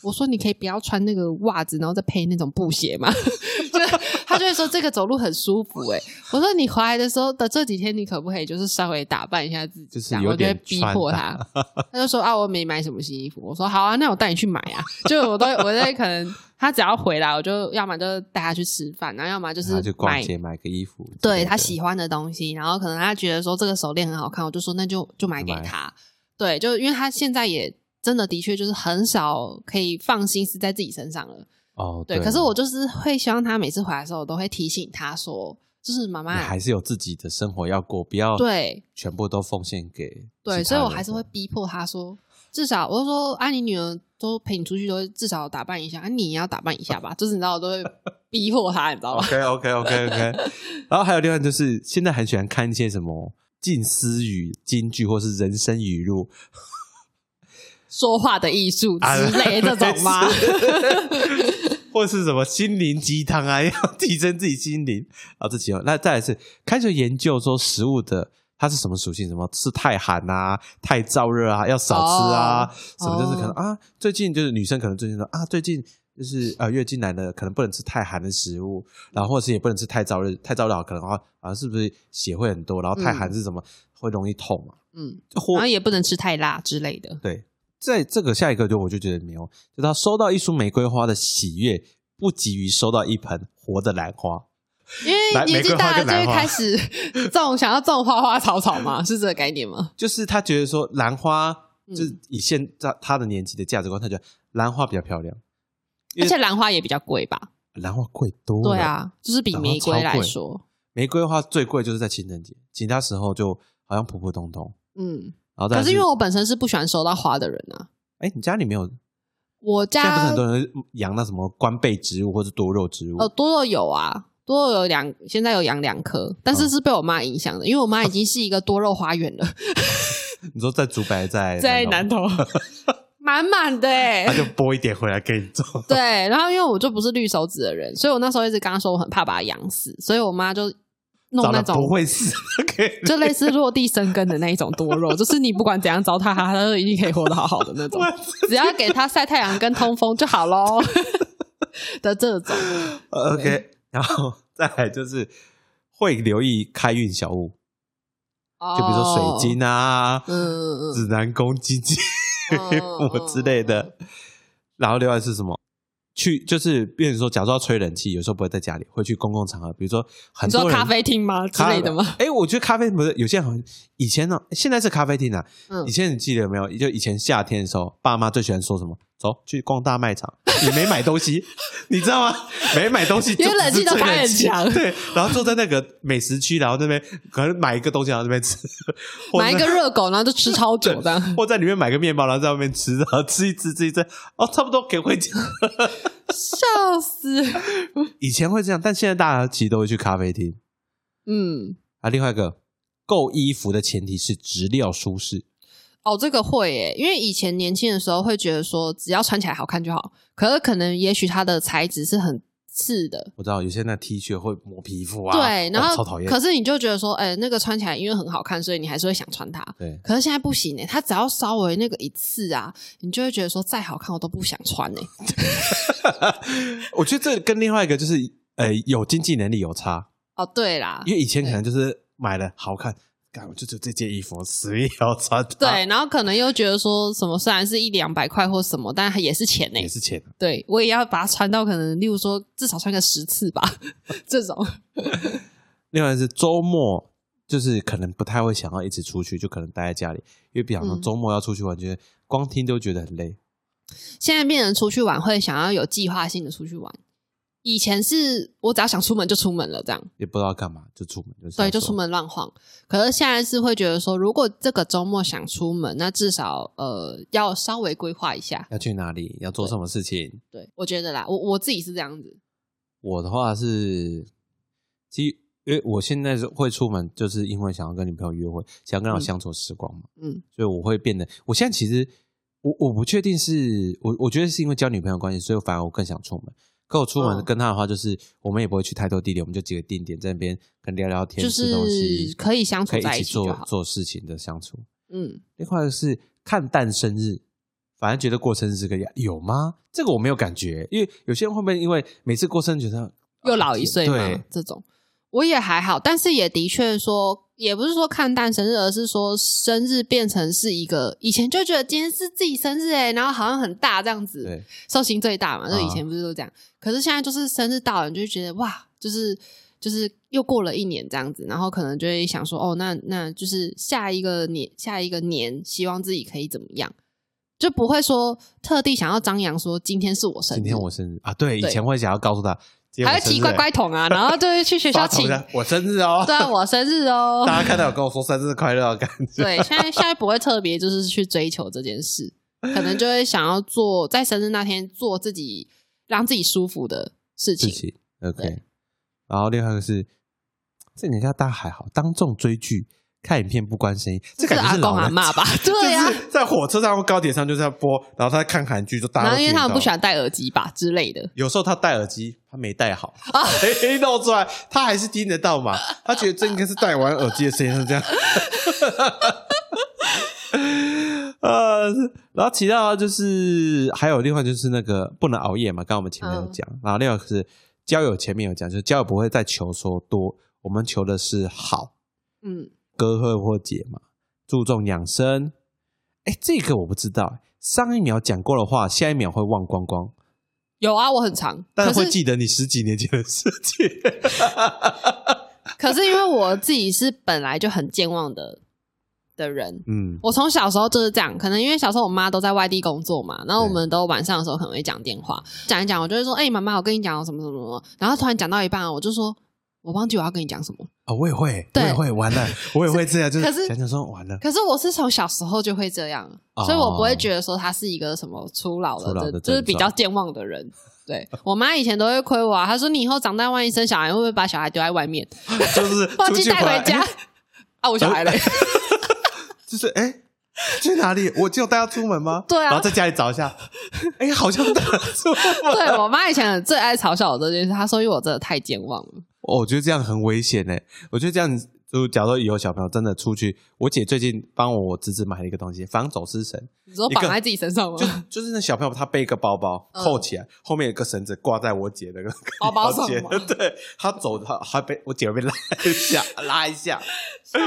Speaker 3: 我说你可以不要穿那个袜子，然后再配那种布鞋嘛。 (laughs) 就是她就会说这个走路很舒服哎、欸我说你回来的时候的这几天，你可不可以就是稍微打扮一下自己？
Speaker 1: 就是
Speaker 3: 这样
Speaker 1: 有
Speaker 3: 我就会
Speaker 1: 点
Speaker 3: 逼
Speaker 1: 穿
Speaker 3: 迫他
Speaker 1: 搭，
Speaker 3: 他就说啊，我没买什么新衣服。我说好啊，那我带你去买啊。就我都我在可能他只要回来，我就要么就带他去吃饭，然后要么就是
Speaker 1: 然后去逛
Speaker 3: 买
Speaker 1: 街买个衣服之类的，
Speaker 3: 对他喜欢的东西，然后可能他觉得说这个手链很好看，我就说那就就买给
Speaker 1: 买
Speaker 3: 他。对，就因为他现在也真的的确就是很少可以放心思在自己身上了。
Speaker 1: 哦，
Speaker 3: 对，可是我就是会希望他每次回来的时候，我都会提醒他说，就是妈
Speaker 1: 你
Speaker 3: 妈，
Speaker 1: 还是有自己的生活要过，不要
Speaker 3: 对
Speaker 1: 全部都奉献给
Speaker 3: 对，
Speaker 1: 其
Speaker 3: 所以
Speaker 1: 他
Speaker 3: 我
Speaker 1: 人
Speaker 3: 还是
Speaker 1: 的
Speaker 3: 会逼迫他说，至少我就说，啊，你女儿都陪你出去，都会至少打扮一下，啊，你也要打扮一下吧。就是你知道，我都
Speaker 1: (laughs)
Speaker 3: 会逼迫他，你知道吗？ (laughs)
Speaker 1: OK OK OK OK。然后还有另外就是，现在很喜欢看一些什么近思语、金句或是人生语录
Speaker 3: 说话的艺术
Speaker 1: 啊
Speaker 3: 之类这种吗？
Speaker 1: 类似 (laughs) 或是什么心灵鸡汤啊，要提升自己心灵啊，这几种。那再来是开始研究说食物的。它是什么属性？什么是太寒啊，太燥热啊，要少吃啊。
Speaker 3: 哦
Speaker 1: 什么就是可能、
Speaker 3: 哦
Speaker 1: 啊，最近就是女生可能最近说啊，最近就是呃月经来了，可能不能吃太寒的食物，然后或者是也不能吃太燥热，太燥热可能啊啊是不是血会很多，然后太寒是什么、会容易痛嘛？
Speaker 3: 嗯，
Speaker 1: 或
Speaker 3: 然后也不能吃太辣之类的。
Speaker 1: 对，在这个下一个就我就觉得没有，就他收到一束玫瑰花的喜悦，不及于收到一盆活的兰花。 (laughs)
Speaker 3: 因为
Speaker 1: 来
Speaker 3: 年
Speaker 1: 玫
Speaker 3: 纪
Speaker 1: 瑰
Speaker 3: 大
Speaker 1: 花
Speaker 3: 了
Speaker 1: 跟
Speaker 3: 就会
Speaker 1: 兰花
Speaker 3: 开始 (laughs) 种想要种花花草草
Speaker 1: (laughs)
Speaker 3: 嘛，是这个概念吗？
Speaker 1: 就是他觉得说兰花，
Speaker 3: 嗯
Speaker 1: 就是以现在他的年纪的价值观，他觉得兰花比较漂亮，因
Speaker 3: 而
Speaker 1: 为
Speaker 3: 且兰花也比较贵吧？
Speaker 1: 兰花贵多了。
Speaker 3: 对，啊，就是比
Speaker 1: 兰花
Speaker 3: 玫瑰
Speaker 1: 超
Speaker 3: 来
Speaker 1: 贵
Speaker 3: 说，
Speaker 1: 玫瑰花最贵就是在情人节，其他时候就好像普普通通。
Speaker 3: 嗯。
Speaker 1: 然后再
Speaker 3: 可
Speaker 1: 来
Speaker 3: 是因为我本身是不喜欢收到花的人啊，
Speaker 1: 哎，你家里没有？
Speaker 3: 我
Speaker 1: 现在不是
Speaker 3: 家
Speaker 1: 很多人养那什么官贝植物或是多肉植物？
Speaker 3: 哦，多肉有啊，多肉有两，现在有养两棵，但是
Speaker 1: 嗯
Speaker 3: 是被我妈影响的，因为我妈已经是一个多肉
Speaker 1: (laughs)
Speaker 3: 花园了，
Speaker 1: 你说在竹白在
Speaker 3: 在
Speaker 1: 南
Speaker 3: 南头
Speaker 1: (laughs)
Speaker 3: 满满的哎、
Speaker 1: 他就拨一点回来给你种。
Speaker 3: 对，然后因为我就不是绿手指的人，所以我那时候一直跟她说我很怕把它养死，所以我妈就弄
Speaker 1: 长
Speaker 3: 那
Speaker 1: 得
Speaker 3: 种
Speaker 1: 不会死， (laughs) 可以
Speaker 3: 就类似落地生根的那一种多肉，就是你不管怎样糟蹋它，它都一定可以活得好好的那种，只要给它晒太阳跟通风就好喽的这种。
Speaker 1: 呃 OK，然后再来就是会留意开运小物，
Speaker 3: 就
Speaker 1: 就比如说水、晶啊、
Speaker 3: 哦嗯嗯
Speaker 1: 指南宫、基金
Speaker 3: 嗯
Speaker 1: (laughs)
Speaker 3: 嗯
Speaker 1: 我之类的。然后另外是什么？去就是，比如说，假如说要吹冷气，有时候不会在家里，会去公共场合，比如说很
Speaker 3: 嗯你说
Speaker 1: 多人
Speaker 3: 咖啡厅吗之类的吗？
Speaker 1: 咖？哎，我觉得咖啡不是有些人好像以前呢，现在是咖啡厅啊。
Speaker 3: 嗯
Speaker 1: 以前你记得没有？就以前夏天的时候，爸妈最喜欢说什么？走去逛大卖场，你没买东西， (laughs) 你知道吗？没买东西就
Speaker 3: 因
Speaker 1: 只是
Speaker 3: 为冷气都
Speaker 1: 吹
Speaker 3: 开
Speaker 1: 冷
Speaker 3: 很
Speaker 1: 气，
Speaker 3: 强
Speaker 1: 对。然后坐在那个美食区，然后那边可能买一个东西，然后那边吃，或者
Speaker 3: 买一个热狗，然后就吃超久这样，
Speaker 1: 或在里面买个面包，然后在外面吃，然后吃一吃吃一吃，哦，差不多给回家。 (laughs)
Speaker 3: 笑死。
Speaker 1: 以前会这样，但现在大家其实都会去咖啡厅
Speaker 3: 嗯，
Speaker 1: 啊。另外一个，购衣服的前提是质料舒适。
Speaker 3: 哦，这个会耶，因为以前年轻的时候会觉得说，只要穿起来好看就好，可是可能也许它的材质是很刺的，
Speaker 1: 我知道有些那 T 恤会磨皮肤啊，
Speaker 3: 对，然
Speaker 1: 哦
Speaker 3: 后
Speaker 1: 超讨厌，
Speaker 3: 可是你就觉得说，哎、那个穿起来因为很好看，所以你还是会想穿它。
Speaker 1: 对，
Speaker 3: 可是现在不行欸呢、它只要稍微那个一次啊，你就会觉得说再好看我都不想穿
Speaker 1: (laughs)
Speaker 3: 呢、欸
Speaker 1: 我觉得这跟另外一个就是，呃，有经济能力有差，
Speaker 3: 哦，对啦，
Speaker 1: 因为以前可能就是买了好看，干我就就这件衣服，我死也要穿啊它，
Speaker 3: 对，然后可能又觉得说什么虽然是一两百块或什么，但也是钱呢、欸
Speaker 1: 也是钱啊。
Speaker 3: 对我也要把它穿到可能，例如说至少穿个十次吧， (laughs) 这种。
Speaker 1: 另外是周末，就是可能不太会想要一直出去，就可能待在家里，因为比方说
Speaker 3: 嗯
Speaker 1: 周末要出去玩，觉得光听都觉得很累。
Speaker 3: 现在变成出去玩会想要有计划性的出去玩，以前是我只要想出门就出门了这样。
Speaker 1: 也不知道干嘛，就出门就
Speaker 3: 对，
Speaker 1: 想
Speaker 3: 就
Speaker 1: 说
Speaker 3: 出。门乱晃。可是现在是会觉得说，如果这个周末想出门，那至少呃要稍微规划一下。
Speaker 1: 要去哪里？要做什么事情？
Speaker 3: 对，我觉得啦，我我自己是这样子。
Speaker 1: 我的话是，其实因为我现在是会出门，就是因为想要跟女朋友约会，想要跟她
Speaker 3: 嗯
Speaker 1: 相处时光嘛，
Speaker 3: 嗯，
Speaker 1: 所以我会变得，我现在其实我我不确定是我我觉得是因为交女朋友的关系，所以反而我更想出门。可我出门
Speaker 3: 嗯
Speaker 1: 跟她的话，就是、我们也不会去太多地点，我们就几个定点在那边跟聊聊天，
Speaker 3: 就
Speaker 1: 吃东
Speaker 3: 是
Speaker 1: 西，
Speaker 3: 可以相
Speaker 1: 可
Speaker 3: 处
Speaker 1: 以
Speaker 3: 在
Speaker 1: 一起
Speaker 3: 起就
Speaker 1: 做
Speaker 3: 好。
Speaker 1: 做事情的相处。
Speaker 3: 嗯，
Speaker 1: 另外一个是看淡生日，反而觉得过生日是个压，有吗？这个我没有感觉，因为有些人会不会因为每次过生日觉得
Speaker 3: 又老一岁嘛
Speaker 1: 对，，
Speaker 3: 这种我也还好，但是也的确说，也不是说看淡生日，而是说生日变成是一个以前就觉得今天是自己生日哎、然后好像很大这样子。
Speaker 1: 对，
Speaker 3: 寿星最大嘛，就
Speaker 1: 啊
Speaker 3: 以前不是都这样。可是现在就是生日到了，你就会觉得哇，就是就是又过了一年这样子，然后可能就会想说，哦，那那就是下一个年，下一个年，希望自己可以怎么样，就不会说特地想要张扬说今天是我生日，
Speaker 1: 今天我生日啊，对，以
Speaker 3: 对
Speaker 1: 前会想要告诉他，今天我
Speaker 3: 还要
Speaker 1: 生
Speaker 3: 提
Speaker 1: 日
Speaker 3: 乖乖桶啊，然后就会去学校
Speaker 1: 发同
Speaker 3: 请，
Speaker 1: 的我生日哦，
Speaker 3: 对啊，我生日哦。
Speaker 1: (laughs) 大家看到有跟我说生日快乐的感觉，
Speaker 3: 对，现在现在不会特别就是去追求这件事，可能就会想要做在生日那天做自己让自己舒服的事
Speaker 1: 事
Speaker 3: 情。
Speaker 1: 情 OK
Speaker 3: 对。
Speaker 1: 然后另外一个是，这人家大家还好，当众追剧看影片不关声音，这感觉
Speaker 3: 阿
Speaker 1: 是老
Speaker 3: 公阿
Speaker 1: 人。
Speaker 3: 妈吧？对啊呀、
Speaker 1: (laughs) 就是在火车上或高铁上就在播，然后他在看韩剧，就大家
Speaker 3: 然
Speaker 1: 都
Speaker 3: 后因为
Speaker 1: 听
Speaker 3: 他
Speaker 1: 得
Speaker 3: 们不
Speaker 1: 到
Speaker 3: 喜欢戴耳机吧之类的，
Speaker 1: 有时候他戴耳机，他没戴好， (laughs) 没弄出来，他还是听得到嘛？他觉得这应该是戴完耳机的声音是这样。呃，然后其他就是还有另外就是那个不能熬夜嘛，刚刚我们前面有讲，然后另外是交友前面有讲，就是交友不会再求说多，我们求的是好
Speaker 3: 嗯，
Speaker 1: 哥或或姐嘛，注重养生。哎，这个我不知道，上一秒讲过的话，下一秒会忘光光。
Speaker 3: 有啊，我很长，
Speaker 1: 但
Speaker 3: 可
Speaker 1: 会
Speaker 3: 是
Speaker 1: 记得你十几年前的事 (laughs) 情。
Speaker 3: 可是因为我自己是本来就很健忘的的人，
Speaker 1: 嗯，
Speaker 3: 我从小时候就是这样，可能因为小时候我妈都在外地工作嘛，然后我
Speaker 1: 对
Speaker 3: 们都晚上的时候可能会讲电话，讲一讲，我就会说，哎、妈妈，我跟你讲什么什么什么，然后突然讲到一半，我就说。我忘记我要跟你讲什么，
Speaker 1: 哦，我也会，我
Speaker 3: 对
Speaker 1: 也会，完 (laughs) 了，我也会这样，就
Speaker 3: 可是
Speaker 1: 想想说完了，
Speaker 3: 可是我是从小时候就会这样，
Speaker 1: 哦
Speaker 3: 所以我不会觉得说他是一个什么初老
Speaker 1: 初老
Speaker 3: 了
Speaker 1: 的
Speaker 3: 的，
Speaker 1: 症
Speaker 3: 就是
Speaker 1: 状
Speaker 3: 比较健忘的人。对我妈以前都会亏我、啊，她说你以后长大万一生小孩，会不会把小孩丢在外面？
Speaker 1: 就是
Speaker 3: 忘
Speaker 1: 出
Speaker 3: 记
Speaker 1: 去
Speaker 3: 带
Speaker 1: 回来
Speaker 3: 回
Speaker 1: (laughs)
Speaker 3: 家
Speaker 1: 哎
Speaker 3: 啊！我小孩嘞，
Speaker 1: 就是哎。去哪里？我只有带他出门 (laughs) 吗？
Speaker 3: 对啊
Speaker 1: 然后在家里找一 (laughs) 下。哎，好像带他出门。
Speaker 3: (laughs) 对我妈以前最爱嘲笑我这件事，她说因为我真的太健忘了。
Speaker 1: 哦我觉得这样很危险哎。我觉得这样，就假如说以后小朋友真的出去，我姐最近帮我我侄子买了一个东西，防走失绳，
Speaker 3: 你说
Speaker 1: 一个
Speaker 3: 绑在自己身上
Speaker 1: (laughs)
Speaker 3: 吗
Speaker 1: 就？就是那小朋友他背一个包包
Speaker 3: 嗯
Speaker 1: 扣起来，后面有个绳子挂在我姐的那个
Speaker 3: (laughs) 包包
Speaker 1: 我
Speaker 3: 上
Speaker 1: 姐
Speaker 3: 吗
Speaker 1: (laughs) 对，他走他还被我姐被拉一下，拉一下，
Speaker 3: (laughs) 笑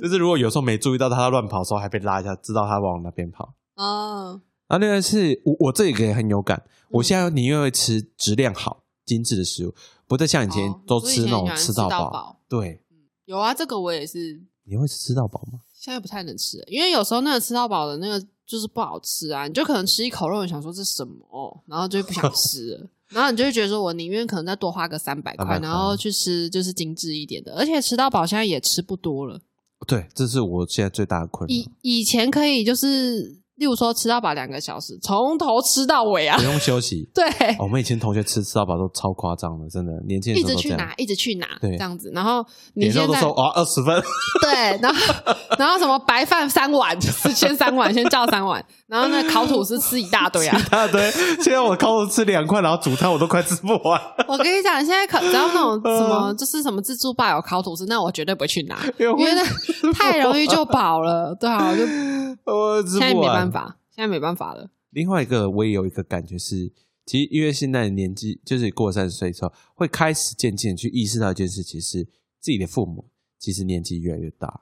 Speaker 1: 就是如果有时候没注意到他乱跑的时候，还被拉一下，知道他往哪边跑。
Speaker 3: 啊，
Speaker 1: 然后另外是我我这个也很有感，
Speaker 3: 嗯
Speaker 1: 我现在宁愿会吃质量好、精致的食物，不再像以前
Speaker 3: 哦
Speaker 1: 都
Speaker 3: 所以
Speaker 1: 吃
Speaker 3: 以
Speaker 1: 那
Speaker 3: 前
Speaker 1: 种
Speaker 3: 喜欢
Speaker 1: 吃
Speaker 3: 吃
Speaker 1: 到
Speaker 3: 到
Speaker 1: 饱
Speaker 3: 饱。
Speaker 1: 对，
Speaker 3: 有啊，这个我也是
Speaker 1: 你会吃到饱吗？
Speaker 3: 现在不太能吃了，因为有时候那个吃到饱的那个就是不好吃啊，你就可能吃一口肉，你想说这是什么哦、然后就不想吃
Speaker 1: (laughs)
Speaker 3: 了然后你就会觉得说我宁愿可能再多花个三百
Speaker 1: 300
Speaker 3: 块
Speaker 1: 块，
Speaker 3: 然后去吃就是精致一点的，而且吃到饱现在也吃不多了，
Speaker 1: 对，这是我现在最大的困扰
Speaker 3: 以。以前可以就是。例如说吃到饱两个小时，从头吃到尾啊。
Speaker 1: 不，用休息
Speaker 3: 对，
Speaker 1: 哦我们以前同学吃吃到饱都超夸张的，真的，年轻人
Speaker 3: 一直去
Speaker 1: 都这
Speaker 3: 拿
Speaker 1: 样，，
Speaker 3: 一直去拿，
Speaker 1: 对
Speaker 3: 这样子。然后你
Speaker 1: 点
Speaker 3: 现
Speaker 1: 肉都
Speaker 3: 在
Speaker 1: 说哇二十分， (laughs)
Speaker 3: 对，然后然后什么白饭三碗，就是先三碗，先叫三碗，然后那烤吐司吃一大堆啊
Speaker 1: 一。大堆。现在我高中吃两块，然后主餐我都快吃不完，
Speaker 3: 我跟你讲，现在烤只要那种什么，就是什么自助吧有烤吐司，那我绝对不会去拿，
Speaker 1: 因为嗯 (laughs)
Speaker 3: (laughs) 因
Speaker 1: 我
Speaker 3: 为那太容易就饱了。对啊，我就现
Speaker 1: (laughs) 我吃
Speaker 3: 在
Speaker 1: 不
Speaker 3: 没
Speaker 1: 完
Speaker 3: 办。法，现在没办法了。
Speaker 1: 另外一个我也有一个感觉是，其实因为现在的年纪，就是过三十岁之后，会开始渐渐去意识到一件事情是，自己的父母其实年纪越来越大。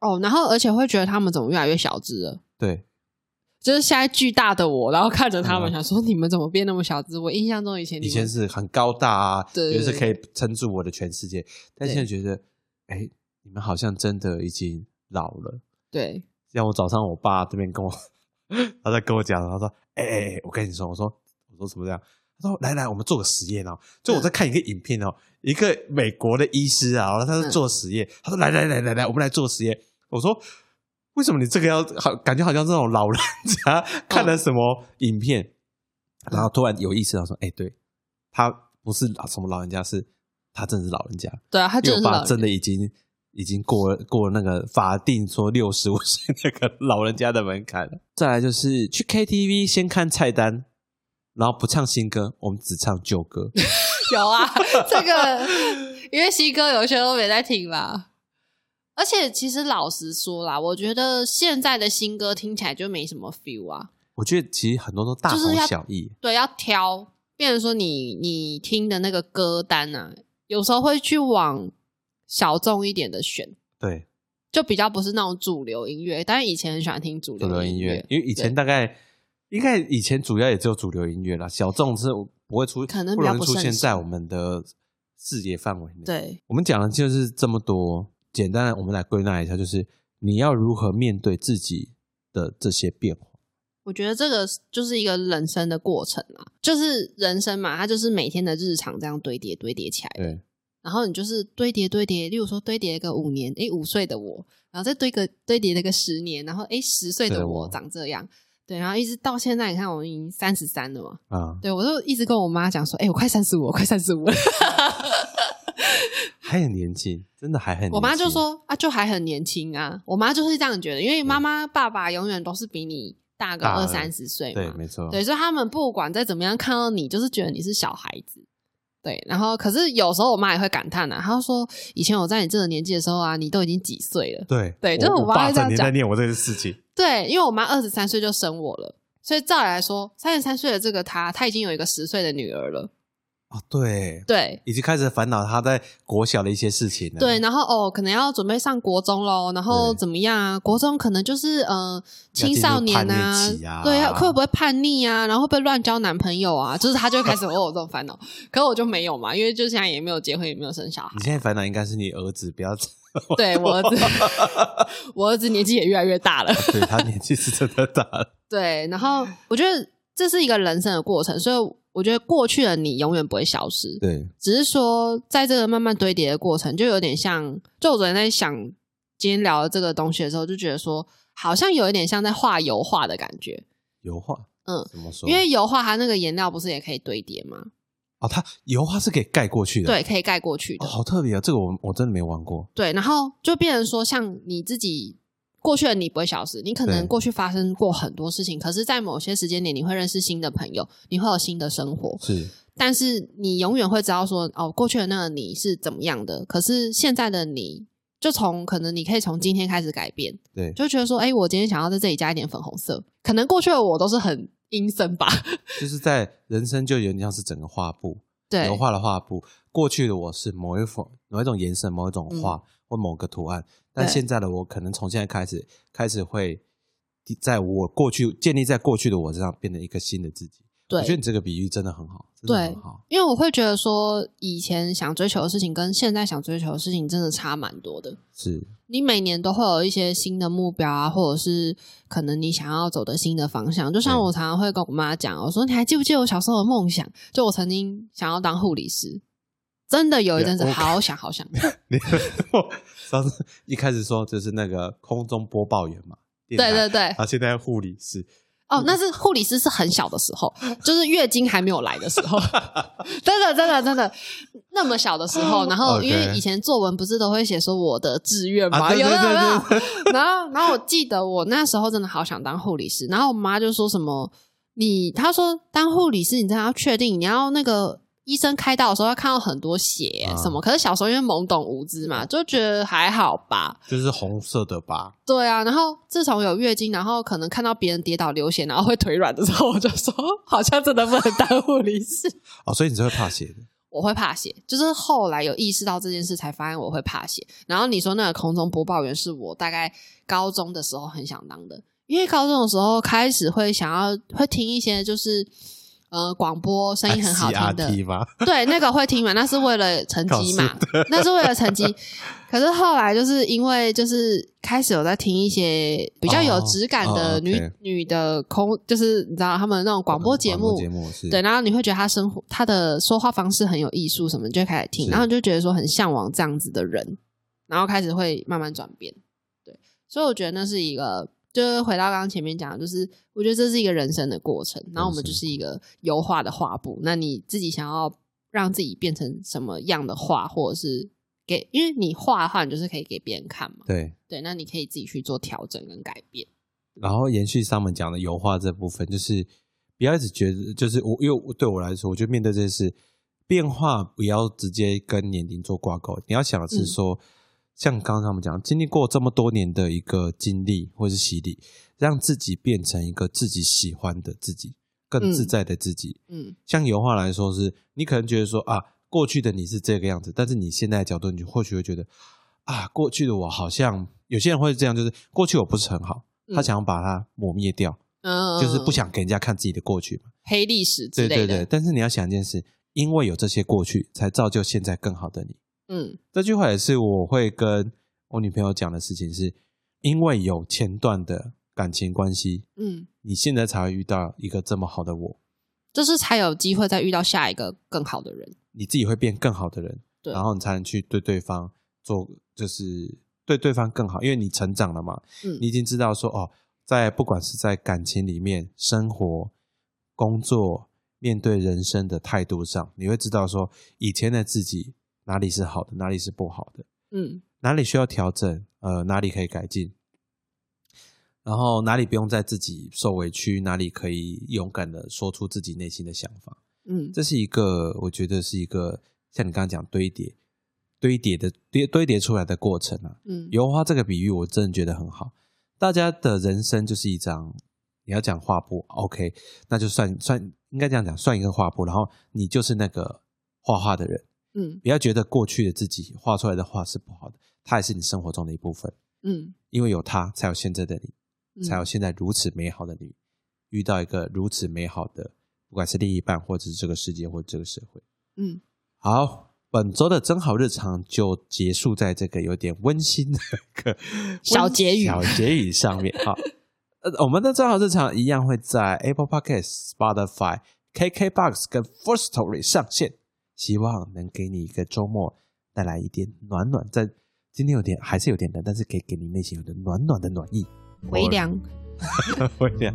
Speaker 3: 哦，然后而且会觉得他们怎么越来越小只了。
Speaker 1: 对，
Speaker 3: 就是现在巨大的我，然后看着他们，
Speaker 1: 嗯
Speaker 3: 想说你们怎么变那么小只？我印象中以前你
Speaker 1: 以
Speaker 3: 们
Speaker 1: 前是很高大啊，
Speaker 3: 对
Speaker 1: 就是可以撑住我的全世界，但现在觉得，哎，你们好像真的已经老了。
Speaker 3: 对，
Speaker 1: 像我早上我爸这边跟我，他在跟我讲，他说：“哎、哎哎，我跟你说，我说我说什么这样？”他说：“来来，我们做个实验哦。”就我在看一个影片哦，一个美国的医师啊，然后他在做实验，他说：“来来来来来，我们来做实验。”我说：“为什么你这个要好？感觉好像这种老人家看了什么影片，然后突然有意识到说：‘哎、对他不是什么老人家，是他真的是老人家。’
Speaker 3: 对啊，他
Speaker 1: 因
Speaker 3: 真
Speaker 1: 为我
Speaker 3: 的是
Speaker 1: 爸
Speaker 3: 老人
Speaker 1: 真的已经已经过了过了那个法定说六十五岁那个老人家的门槛了。再来就是去 KTV 先看菜单，然后不唱新歌，我们只唱旧
Speaker 3: (laughs)
Speaker 1: 歌。
Speaker 3: (laughs) 有啊，这个因为西哥有些都没在听啦。而且其实老实说啦，我觉得现在的新歌听起来就没什么 feel 啊。
Speaker 1: 我觉得其实很多都大
Speaker 3: 就是
Speaker 1: 同
Speaker 3: 要
Speaker 1: 小异，
Speaker 3: 对，要挑，变成说你你听的那个歌单啊，有时候会去往小众一点的选，
Speaker 1: 对
Speaker 3: 就比较不是那种主流音乐。但是以前很喜欢听主
Speaker 1: 主流
Speaker 3: 流
Speaker 1: 音
Speaker 3: 音
Speaker 1: 乐，因为以前大概应该以前主要也只有主流音乐啦，小众是不会出，
Speaker 3: 可能
Speaker 1: 不
Speaker 3: 比较
Speaker 1: 容易
Speaker 3: 不
Speaker 1: 出
Speaker 3: 盛
Speaker 1: 现在
Speaker 3: 行
Speaker 1: 我们的视野范围内。
Speaker 3: 对
Speaker 1: 我们讲的就是这么多，简单的我们来归纳一下，就是你要如何面对自己的这些变化。
Speaker 3: 我觉得这个是就是一个人生的过程啊，就是人生嘛，它就是每天的日常这样堆叠堆叠起来的。
Speaker 1: 对，
Speaker 3: 然后你就是堆叠堆叠，例如说堆叠个五年，诶，五岁的我，然后再堆个堆叠了个十年，然后诶，十岁
Speaker 1: 对
Speaker 3: 的
Speaker 1: 我
Speaker 3: 我长这样，对，然后一直到现在，你看我已经三十三了嘛，
Speaker 1: 啊、
Speaker 3: 对我就一直跟我妈讲说，哎诶，我快三十五，我快三十
Speaker 1: (laughs)
Speaker 3: 五了，
Speaker 1: 还很年轻，真的还很年轻。嗯
Speaker 3: 我妈就说啊，就还很年轻啊，我妈就是这样觉得，因为妈妈爸爸永远都是比你大个
Speaker 1: 大
Speaker 3: 二
Speaker 1: 了
Speaker 3: 三十岁嘛，
Speaker 1: 对，没错，
Speaker 3: 对，所以他们不管再怎么样看到你，就是觉得你是小孩子。对，然后可是有时候我妈也会感叹啊，她就说以前我在你这个年纪的时候啊，你都已经几岁了。
Speaker 1: 对
Speaker 3: 对就是我
Speaker 1: 我
Speaker 3: 妈
Speaker 1: 爸
Speaker 3: 会这
Speaker 1: 整
Speaker 3: 样
Speaker 1: 天在
Speaker 3: 讲
Speaker 1: 念我这个事情，
Speaker 3: 对，因为我妈二十三岁就生我了，所以照理来说，三十三岁的这个她，她已经有一个十岁的女儿了。
Speaker 1: 哦，对，
Speaker 3: 对。
Speaker 1: 已经开始烦恼他在国小的一些事情了。
Speaker 3: 对，，然后哦，可能要准备上国中喽，然后
Speaker 1: 对
Speaker 3: 怎么样啊？国中可能就是呃，青
Speaker 1: 进入
Speaker 3: 少年
Speaker 1: 叛逆
Speaker 3: 啊
Speaker 1: 期，啊
Speaker 3: 对，会不会叛逆啊？然后会不会乱交男朋友啊？就是她就
Speaker 1: (laughs)
Speaker 3: 会开始哦，有这种烦恼。可我就没有嘛，因为就现在也没有结婚，也没有生小孩
Speaker 1: (laughs) 你。现在烦恼应该是你儿子，不要 (laughs)
Speaker 3: 对我儿子， (laughs) 我儿子年纪也越来越大了。
Speaker 1: 对他年纪是真的大了。
Speaker 3: 对，然后我觉得这是一个人生的过程，所以我觉得过去的你永远不会消失，
Speaker 1: 对，
Speaker 3: 只是说在这个慢慢堆叠的过程，就有点像，就我昨天在想今天聊的这个东西的时候，就觉得说好像有一点像在画油画的感觉，
Speaker 1: 油画，
Speaker 3: 嗯
Speaker 1: 怎么说？
Speaker 3: 因为油画它那个颜料不是也可以堆叠吗？
Speaker 1: 哦，它油画是可以盖过去的。
Speaker 3: 对，可以盖过去的
Speaker 1: 哦，。好特别啊！这个我我真的没玩过。
Speaker 3: 对，然后就变成说，像你自己过去的你不会消失，你可能
Speaker 1: 对
Speaker 3: 过去发生过很多事情，可是，在某些时间点，你会认识新的朋友，你会有新的生活，
Speaker 1: 是，
Speaker 3: 但是你永远会知道说，哦，过去的那个你是怎么样的，可是现在的你。就从可能你可以从今天开始改变，
Speaker 1: 对，
Speaker 3: 就觉得说，哎、我今天想要在这里加一点粉红色。可能过去的我都是很阴森吧， (laughs)
Speaker 1: 就是在人生就有点像是整个画布，
Speaker 3: 对
Speaker 1: 油画的画布。过去的我是某一种某一种颜色、某一种画、或某个图案，但
Speaker 3: 嗯对
Speaker 1: 现在的我可能从现在开始，开始会在我过去建立在过去的我身上，变成一个新的自己。我觉得
Speaker 3: 对，
Speaker 1: 你这个比喻真的很好，真的
Speaker 3: 对
Speaker 1: 很好。
Speaker 3: 因为我会觉得说，以前想追求的事情跟现在想追求的事情真的差蛮多的。
Speaker 1: 是， (laughs)
Speaker 3: 你每年都会有一些新的目标啊，或者是可能你想要走的新的方向。就像
Speaker 1: 对
Speaker 3: 我常常会跟我妈讲，我说你还记不记得我小时候的梦想？就我曾经想要当护理师，真的有一阵子
Speaker 1: 对我
Speaker 3: 好想好想。
Speaker 1: 你我上次一开始说就是那个空中播报员嘛，电台
Speaker 3: 对对对
Speaker 1: (laughs) 然，后现在护理师，
Speaker 3: 哦，那是护理师是很小的时候，就是月经还没有来的时
Speaker 1: (laughs)
Speaker 3: 候，真的真的真的那么小的
Speaker 1: (laughs)
Speaker 3: 时候，然后
Speaker 1: OK
Speaker 3: 因为以前作文不是都会写说我的志愿吗？
Speaker 1: 啊对
Speaker 3: 有没有
Speaker 1: 对
Speaker 3: 有没
Speaker 1: 对
Speaker 3: 有？ (laughs) 然后然后我记得我那时候真的好想当护理师，然后我妈就说什么你，她说当护理师你真的要确定你要那个。医生开刀的时候，要看到很多血
Speaker 1: 啊
Speaker 3: 什么，可是小时候因为懵懂无知嘛，就觉得还好吧。
Speaker 1: 就是红色的吧？
Speaker 3: 对啊，然后自从有月经，然后可能看到别人跌倒流血，然后会腿软的时候，我就说 (laughs) 好像真的不能当护理师，
Speaker 1: 哦，所以你是会怕血的。
Speaker 3: 我会怕血。就是后来有意识到这件事，才发现我会怕血。然后你说那个空中播报员是我大概高中的时候很想当的，因为高中的时候开始会想要会听一些就是呃广播声音很好听的，
Speaker 1: CRT 吗？
Speaker 3: 对，那个会听嘛，那是为了成绩嘛
Speaker 1: 考，
Speaker 3: 那是为了成绩。可是后来就是因为就是开始有在听一些比较有质感
Speaker 1: 哦
Speaker 3: 的
Speaker 1: 哦
Speaker 3: 女、
Speaker 1: OK
Speaker 3: 女的空，就是你知道他们那种广播节
Speaker 1: 嗯
Speaker 3: 目，
Speaker 1: 节目是
Speaker 3: 对，然后你会觉得她生活她的说话方式很有艺术什么，你就会开始听，
Speaker 1: 是
Speaker 3: 然后你就觉得说很向往这样子的人，然后开始会慢慢转变。对，所以我觉得那是一个。就是回到刚刚前面讲的，就是我觉得这是一个人生的过程，然后我们
Speaker 1: 人生
Speaker 3: 就是一个油画的画布。那你自己想要让自己变成什么样的画，或者是给，因为你画的话，你就是可以给别人看嘛。
Speaker 1: 对。
Speaker 3: 对，那你可以自己去做调整跟改变。
Speaker 1: 然后延续上面讲的油画这部分，就是不要一直觉得，就是我因为我对我来说，我觉得面对这件事变化，不要直接跟年龄做挂钩。你要想的
Speaker 3: 嗯
Speaker 1: 是说，像刚刚我们讲，经历过这么多年的一个经历或是洗礼，让自己变成一个自己喜欢的自己，更自
Speaker 3: 嗯
Speaker 1: 在的自己。
Speaker 3: 嗯，
Speaker 1: 像油画来说是，你可能觉得说啊，过去的你是这个样子，但是你现在的角度，你或许会觉得啊，过去的我好像有些人会这样，就是过去我不是很好，
Speaker 3: 嗯
Speaker 1: 他想要把它抹灭掉，
Speaker 3: 嗯，
Speaker 1: 就是不想给人家看自己的过去嘛。
Speaker 3: 黑历史
Speaker 1: 对
Speaker 3: 之类的。
Speaker 1: 对对，但是你要想一件事，因为有这些过去，才造就现在更好的你。
Speaker 3: 嗯
Speaker 1: 这句话也是我会跟我女朋友讲的事情是，因为有前段的感情关系，
Speaker 3: 嗯，
Speaker 1: 你现在才会遇到一个这么好的我，
Speaker 3: 就是才有机会再遇到下一个更好的人。
Speaker 1: 你自己会变更好的人。
Speaker 3: 对，
Speaker 1: 然后你才能去对对方做，就是对对方更好，因为你成长了嘛，
Speaker 3: 嗯
Speaker 1: 你已经知道说哦，在不管是在感情里面、生活、工作、面对人生的态度上，你会知道说以前的自己哪里是好的，哪里是不好的，
Speaker 3: 嗯
Speaker 1: 哪里需要调整，呃，哪里可以改进。然后哪里不用再自己受委屈，哪里可以勇敢的说出自己内心的想法。
Speaker 3: 嗯
Speaker 1: 这是一个，我觉得是一个像你刚刚讲堆叠、堆叠的堆堆叠出来的过程啊。
Speaker 3: 嗯，
Speaker 1: 油画这个比喻，我真的觉得很好。大家的人生就是一张，你要讲画布，OK，那就算算应该这样讲，算一个画布，然后你就是那个画画的人，
Speaker 3: 嗯
Speaker 1: 不要觉得过去的自己画出来的画是不好的，它也是你生活中的一部分，
Speaker 3: 嗯
Speaker 1: 因为有它，才有现在的你。
Speaker 3: 嗯，
Speaker 1: 才有现在如此美好的你，遇到一个如此美好的，不管是另一半，或者是这个世界，或者这个社会。
Speaker 3: 嗯，
Speaker 1: 好，本周的真好日常就结束在这个有点温馨的一个
Speaker 3: 小结语
Speaker 1: 小结语上面。好，呃，我们的真好日常一样会在 Apple Podcast、Spotify、KKBox 跟 First Story 上线，希望能给你一个周末带来一点暖暖。在今天有点还是有点冷，但是可以给你内心有点暖暖的暖意。 (laughs)
Speaker 3: 微凉，
Speaker 1: 我一点。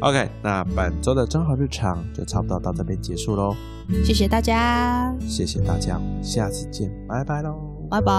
Speaker 1: OK，那本周的真好日常就差不多到这边结束喽，
Speaker 3: 谢谢大家，
Speaker 1: 谢谢大家，我们下次见，拜拜喽。
Speaker 3: 拜拜。